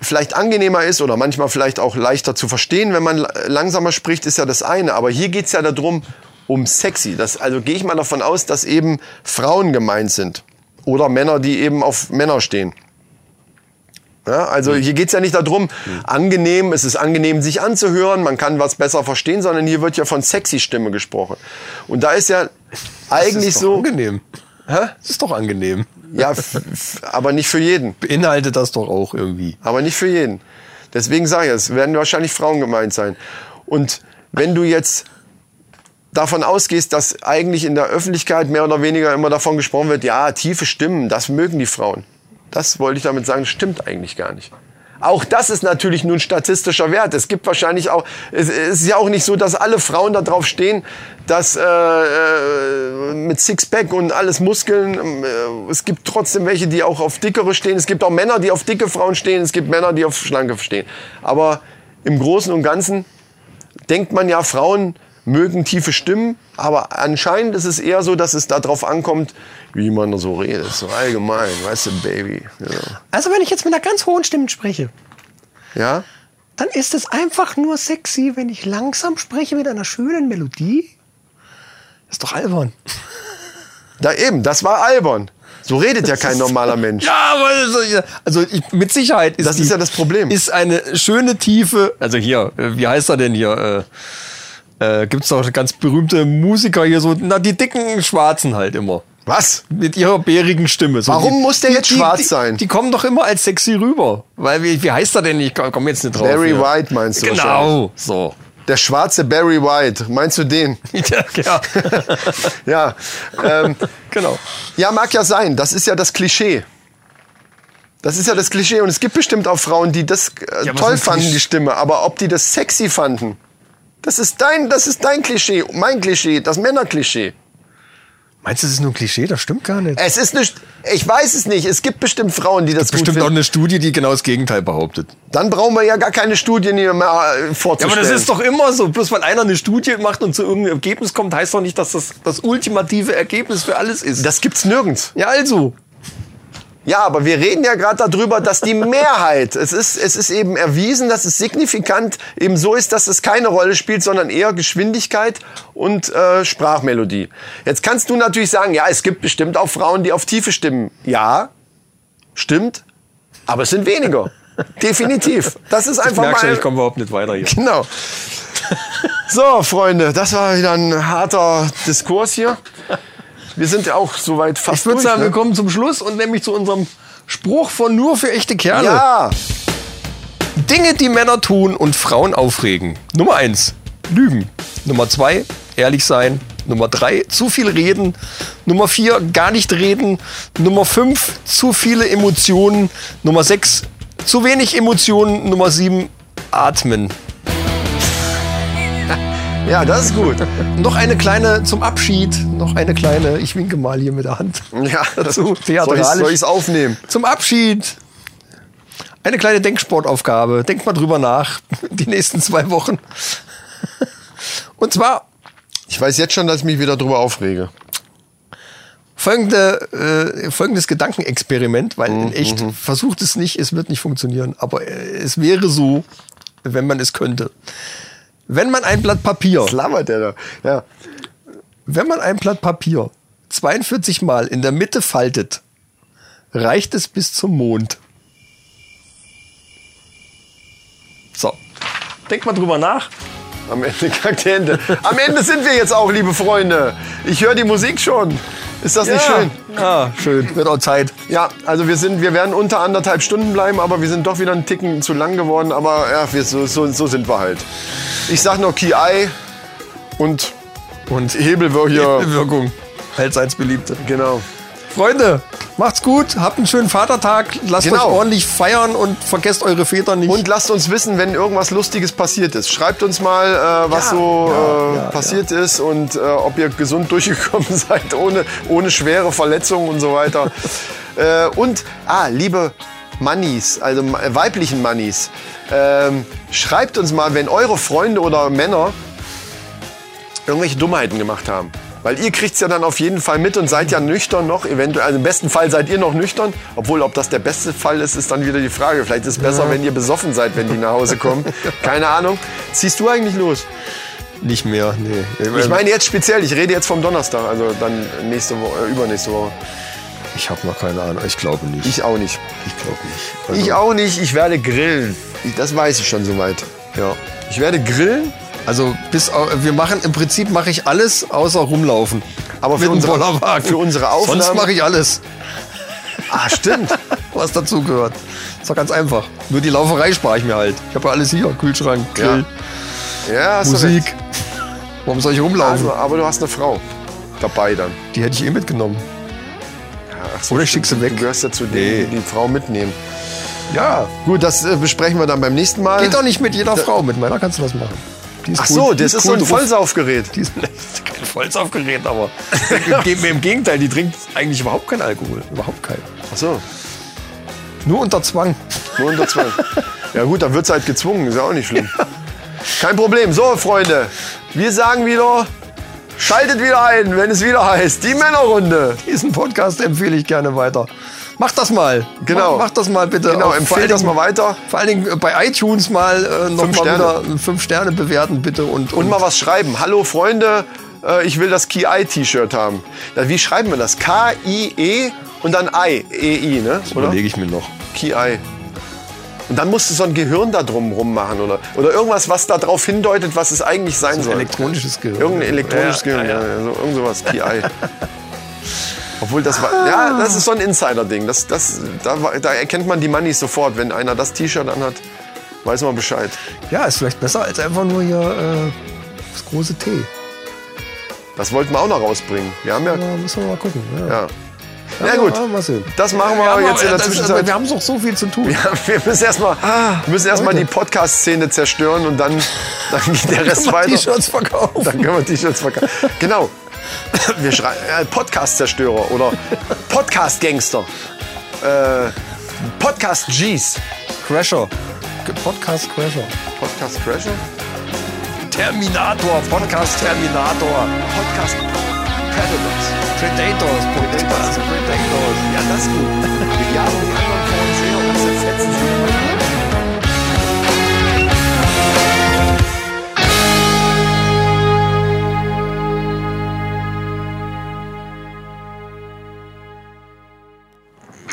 vielleicht angenehmer ist oder manchmal vielleicht auch leichter zu verstehen, wenn man la- langsamer spricht, ist ja das eine. Aber hier geht's ja darum, um sexy. Das, also gehe ich mal davon aus, dass eben Frauen gemeint sind. Oder Männer, die eben auf Männer stehen. Ja, also Mhm. hier geht es ja nicht darum, angenehm, es ist angenehm, sich anzuhören, man kann was besser verstehen, sondern hier wird ja von sexy Stimme gesprochen. Und da ist ja eigentlich ist doch so, angenehm. Hä? Das ist doch angenehm. ja, f- f- aber nicht für jeden. Beinhaltet das doch auch irgendwie. Aber nicht für jeden. Deswegen sage ich, es werden wahrscheinlich Frauen gemeint sein. Und wenn du jetzt davon ausgehst, dass eigentlich in der Öffentlichkeit mehr oder weniger immer davon gesprochen wird, ja, tiefe Stimmen, das mögen die Frauen. Das wollte ich damit sagen, das stimmt eigentlich gar nicht. Auch das ist natürlich nun statistischer Wert. Es gibt wahrscheinlich auch, es es ist ja auch nicht so, dass alle Frauen darauf stehen, dass äh, äh, mit Sixpack und alles Muskeln, ähm, äh, es gibt trotzdem welche, die auch auf dickere stehen. Es gibt auch Männer, die auf dicke Frauen stehen. Es gibt Männer, die auf schlanke stehen. Aber im Großen und Ganzen denkt man ja, Frauen mögen tiefe Stimmen, aber anscheinend ist es eher so, dass es darauf ankommt, wie man so redet, so allgemein, weißt du, Baby. Ja. Also wenn ich jetzt mit einer ganz hohen Stimme spreche, ja? dann ist es einfach nur sexy, wenn ich langsam spreche mit einer schönen Melodie. Ist doch albern. Da eben, das war albern. So redet ja kein normaler Mensch. Ja, aber also, ja, also ich, mit Sicherheit ist Das ist ja das Problem. Ist eine schöne Tiefe. Also hier, äh, wie heißt er denn hier? Äh, äh, gibt's doch ganz berühmte Musiker hier so, na die dicken Schwarzen halt immer. Was? Mit ihrer bärigen Stimme. So, Warum die, muss der die- jetzt die, schwarz die, sein? Die kommen doch immer als sexy rüber. Weil, wie, wie heißt er denn? Ich komm komm jetzt nicht drauf. Barry hier. White meinst du wahrscheinlich. Genau, so. Der schwarze Barry White, meinst du den? Ja, ja. Ja. Ähm, genau. Ja, mag ja sein. Das ist ja das Klischee. Das ist ja das Klischee. Und es gibt bestimmt auch Frauen, die das äh, Ja, aber so toll ein fanden, Klisch- die Stimme. Aber ob die das sexy fanden, das ist dein, das ist dein Klischee, mein Klischee, das Männerklischee. Meinst du, das ist nur ein Klischee? Das stimmt gar nicht. Es ist nicht, ich weiß es nicht. Es gibt bestimmt Frauen, die das gut Bestimmt auch finden. eine Studie, die genau das Gegenteil behauptet. Dann brauchen wir ja gar keine Studien hier mehr äh, Ja, vorzustellen. aber das ist doch immer so. Bloß weil einer eine Studie macht und zu irgendeinem Ergebnis kommt, heißt doch nicht, dass das das ultimative Ergebnis für alles ist. das gibt's nirgends. ja, also. Ja, aber wir reden ja gerade darüber, dass die Mehrheit, es ist, es ist eben erwiesen, dass es signifikant eben so ist, dass es keine Rolle spielt, sondern eher Geschwindigkeit und äh, Sprachmelodie. Jetzt kannst du natürlich sagen, ja, es gibt bestimmt auch Frauen, die auf Tiefe stimmen. Ja, stimmt, aber es sind weniger. Definitiv. Das ist Ich einfach merke schon, mal. ich komme überhaupt nicht weiter hier. Genau. So, Freunde, das war wieder ein harter Diskurs hier. Wir sind ja auch soweit fast Ich würde durch, sagen, ne? wir kommen zum Schluss und nämlich zu unserem Spruch von nur für echte Kerle. Ja. Dinge, die Männer tun und Frauen aufregen. Nummer eins: Lügen. Nummer zwei: Ehrlich sein. Nummer drei: Zu viel reden. Nummer vier: Gar nicht reden. Nummer fünf: Zu viele Emotionen. Nummer sechs: Zu wenig Emotionen. Nummer sieben: Atmen. Ja, das ist gut. Noch eine kleine zum Abschied. Noch eine kleine. Ich winke mal hier mit der Hand. Ja, dazu. Soll ich Theatralisch. soll ich's aufnehmen? Zum Abschied. Eine kleine Denksportaufgabe. Denkt mal drüber nach. Die nächsten zwei Wochen. Und zwar Ich weiß jetzt schon, dass ich mich wieder drüber aufrege. folgende, äh, folgendes Gedankenexperiment, weil in echt versucht es nicht, es wird nicht funktionieren, aber äh, es wäre so, wenn man es könnte. Wenn man ein Blatt Papier, Klammert der da? Ja. wenn man ein Blatt Papier 42 Mal in der Mitte faltet, reicht es bis zum Mond. So. Denkt mal drüber nach. Am Ende kackt die Hände. Am Ende sind wir jetzt auch, liebe Freunde. Ich höre die Musik schon. Ist das nicht schön? Ja, Ah, schön. Wird auch Zeit. Ja, also wir sind, wir werden unter anderthalb Stunden bleiben, aber wir sind doch wieder einen Ticken zu lang geworden. Aber ja, wir, so, so, so sind wir halt. Ich sag noch Ki Ai und Und Hebelwürger. Wirkung. Allseits beliebte. Genau. Freunde, macht's gut, habt einen schönen Vatertag, lasst Genau. euch ordentlich feiern und vergesst eure Väter nicht. Und lasst uns wissen, wenn irgendwas Lustiges passiert ist. Schreibt uns mal, äh, was Ja, so ja, äh, ja, passiert ist und äh, ob ihr gesund durchgekommen seid, ohne, ohne schwere Verletzungen und so weiter. äh, und, ah, liebe Mannis, also äh, weiblichen Mannis, ähm, schreibt uns mal, wenn eure Freunde oder Männer irgendwelche Dummheiten gemacht haben. Weil ihr kriegt's ja dann auf jeden Fall mit und seid ja nüchtern noch, eventuell, also im besten Fall seid ihr noch nüchtern, obwohl ob das der beste Fall ist, ist dann wieder die Frage. Vielleicht ist es besser, wenn ihr besoffen seid, wenn die nach Hause kommen. Keine Ahnung. Ziehst du eigentlich los? Nicht mehr, nee. Ich meine jetzt speziell, ich rede jetzt vom Donnerstag, also dann nächste Woche, äh, übernächste Woche. ich habe noch keine Ahnung. Ich glaube nicht. Ich auch nicht. ich glaube nicht. Also Ich auch nicht, ich werde grillen. Ich, das weiß ich schon soweit. Ja. Ich werde grillen, Also bis au- wir machen im Prinzip mache ich alles außer rumlaufen. aber für Mit dem unsere, Bollerwagen. für unsere Aufnahmen. Sonst mache ich alles, ah, stimmt. was dazugehört. Ist doch ganz einfach. Nur die Lauferei spare ich mir halt. Ich habe ja alles hier: Kühlschrank, Grill, ja, hast du recht. Musik. Warum soll ich rumlaufen? Also, aber du hast eine Frau dabei dann. die hätte ich eh mitgenommen. Ach so, Oder ich stimmt. schick sie weg. Du gehörst ja zu Nee. denen, die die Frau mitnehmen. Ja. Gut, das äh, besprechen wir dann beim nächsten Mal. Geht doch nicht mit jeder Frau. Mit meiner kannst du das machen. Die ist Ach cool- so, die das ist so cool ein drauf. Vollsaufgerät. Die ist kein Volz aufgeregt, aber im, im Gegenteil, die trinkt eigentlich überhaupt keinen Alkohol. Überhaupt keinen. Ach so, Nur unter Zwang. nur unter zwei. ja gut, dann wird's halt gezwungen, ist ja auch nicht schlimm. Kein Problem. So, Freunde, wir sagen wieder, schaltet wieder ein, wenn es wieder heißt, die Männerrunde. Diesen Podcast empfehle ich gerne weiter. Macht das mal. Genau. Mach, macht das mal bitte. Genau, Auch vor allen empfehlt das mal Dingen- weiter. Vor allen Dingen äh, bei iTunes mal äh, noch Fünf mal Sterne. wieder fünf Sterne bewerten bitte und, Und mal was schreiben. Hallo, Freunde, äh, ich will das KI-T-Shirt haben. Na, wie schreiben wir das? K-I-E und dann I, E-I, ne? Oder? ich mir noch. KI. Und dann musst du so ein Gehirn da drum rum machen oder, oder irgendwas, was darauf hindeutet, was es eigentlich sein soll. Elektronisches Gehirn. Irgendein elektronisches Ja, Gehirn, ja, ja, ja. ja. So, irgend sowas, KI. Obwohl, das war, ja, das ist so ein Insider-Ding. Das, das, da, war- da erkennt man die Moneys sofort. Wenn einer das T-Shirt anhat, weiß man Bescheid. Ja, ist vielleicht besser als einfach nur hier äh, das große T. Das wollten wir auch noch rausbringen. Wir haben ja, Ja, müssen wir mal gucken. Ja, ja. Na gut, Ja, mal sehen. das machen wir Ja, jetzt in der das- Zwischenzeit. Wir haben Ah, doch so viel zu tun. Ja, wir müssen erstmal müssen erstmal die Podcast-Szene zerstören und dann, dann geht der Rest Mal weiter. T-Shirts verkaufen. Dann können wir T-Shirts verkaufen. genau. Wir schreiben äh, Podcast-Zerstörer oder Podcast-Gangster. Äh, Podcast-Gs. Crasher. Podcast Crasher. Podcast-Crasher? Terminator. Podcast Terminator. Podcast-Predators. Predators. Podcast Predators. Ja, das ist gut. Wir jagen die anderen vor uns her und zerfetzen sie.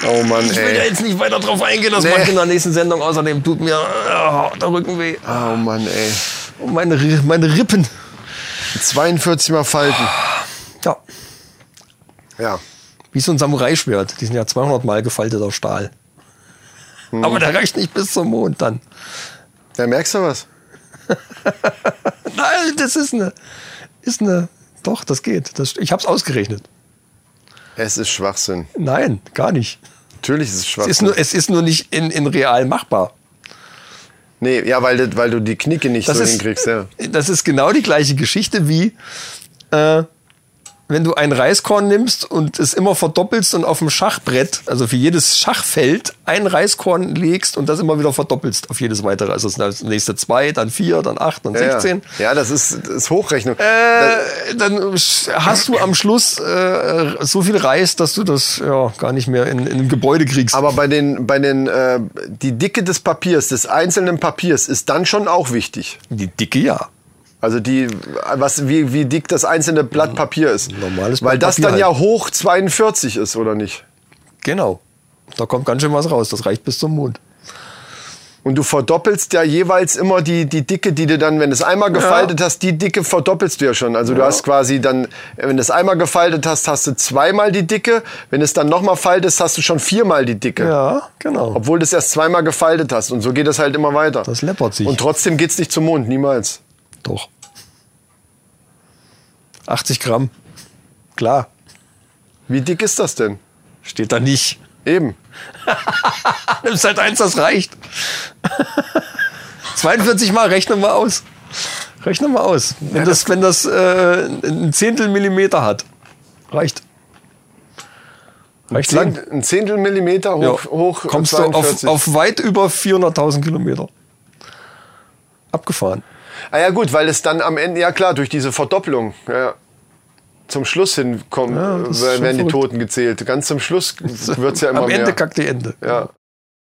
Oh Mann, Ich will ja jetzt nicht weiter drauf eingehen, das Nee. mache ich in der nächsten Sendung. Außerdem tut mir äh, der Rücken weh. Oh Mann, ey. Und meine, Ri- meine Rippen. 42 mal falten. Ja, Ja. wie so ein Samurai-Schwert. Die sind ja 200 Mal gefaltet aus Stahl. Aber der reicht nicht bis zum Mond dann. Da merkst du was? Nein, das ist eine. Ist eine. Doch, das geht. Das, ich hab's ausgerechnet. Es ist Schwachsinn. Nein, gar nicht. Natürlich ist es Es Schwachsinn. ist nur, es ist nur nicht in, in real machbar. nee, ja, weil, du- weil du die Knicke nicht Das, so ist, hinkriegst. Ja. das ist genau die gleiche Geschichte wie, äh, wenn du ein Reiskorn nimmst und es immer verdoppelst und auf dem Schachbrett, also für jedes Schachfeld, ein Reiskorn legst und das immer wieder verdoppelst auf jedes weitere. Also das nächste zwei, dann vier, dann acht, dann Ja, 16. Ja, ja das, ist, das ist Hochrechnung. Äh, dann sch- hast du am Schluss äh, so viel Reis, dass du das ja, gar nicht mehr in, in einem Gebäude kriegst. Aber bei den, bei den, äh, die Dicke des Papiers, des einzelnen Papiers, ist dann schon auch wichtig. die dicke ja. Also die, was, wie, wie dick das einzelne Blatt Papier ist. Normales Blatt Weil das Papier dann ja halt. hoch 42 ist, oder nicht? Genau. Da kommt ganz schön was raus. Das reicht bis zum Mond. Und du verdoppelst ja jeweils immer die, die Dicke, die du dann, wenn du es einmal gefaltet hast, die Dicke verdoppelst du ja schon. Also du hast quasi dann, wenn du es einmal gefaltet hast, hast du zweimal die Dicke. Wenn du es dann nochmal faltest, hast du schon viermal die Dicke. Ja, genau. Obwohl du es erst zweimal gefaltet hast. Und so geht es halt immer weiter. Das läppert sich. Und trotzdem geht's nicht zum Mond, niemals. Doch. 80 Gramm. Klar. Wie dick ist das denn? Steht da nicht. Eben. Nimmst halt eins, das reicht. 42 Mal, rechne mal aus. Rechne mal aus. Wenn das, wenn das äh, ein Zehntel Millimeter hat, reicht. Reicht lang. Zehn, ein Zehntel Millimeter hoch, Ja. hoch Kommst du auf, 42. auf weit über 400.000 Kilometer. Abgefahren. Ah ja gut, weil es dann am Ende, ja klar, durch diese Verdoppelung ja, zum Schluss hinkommen, Ja, das ist schon werden die verrückt. Toten gezählt. Ganz zum Schluss wird's ja immer Am mehr. Ende kackt die Ende. ja.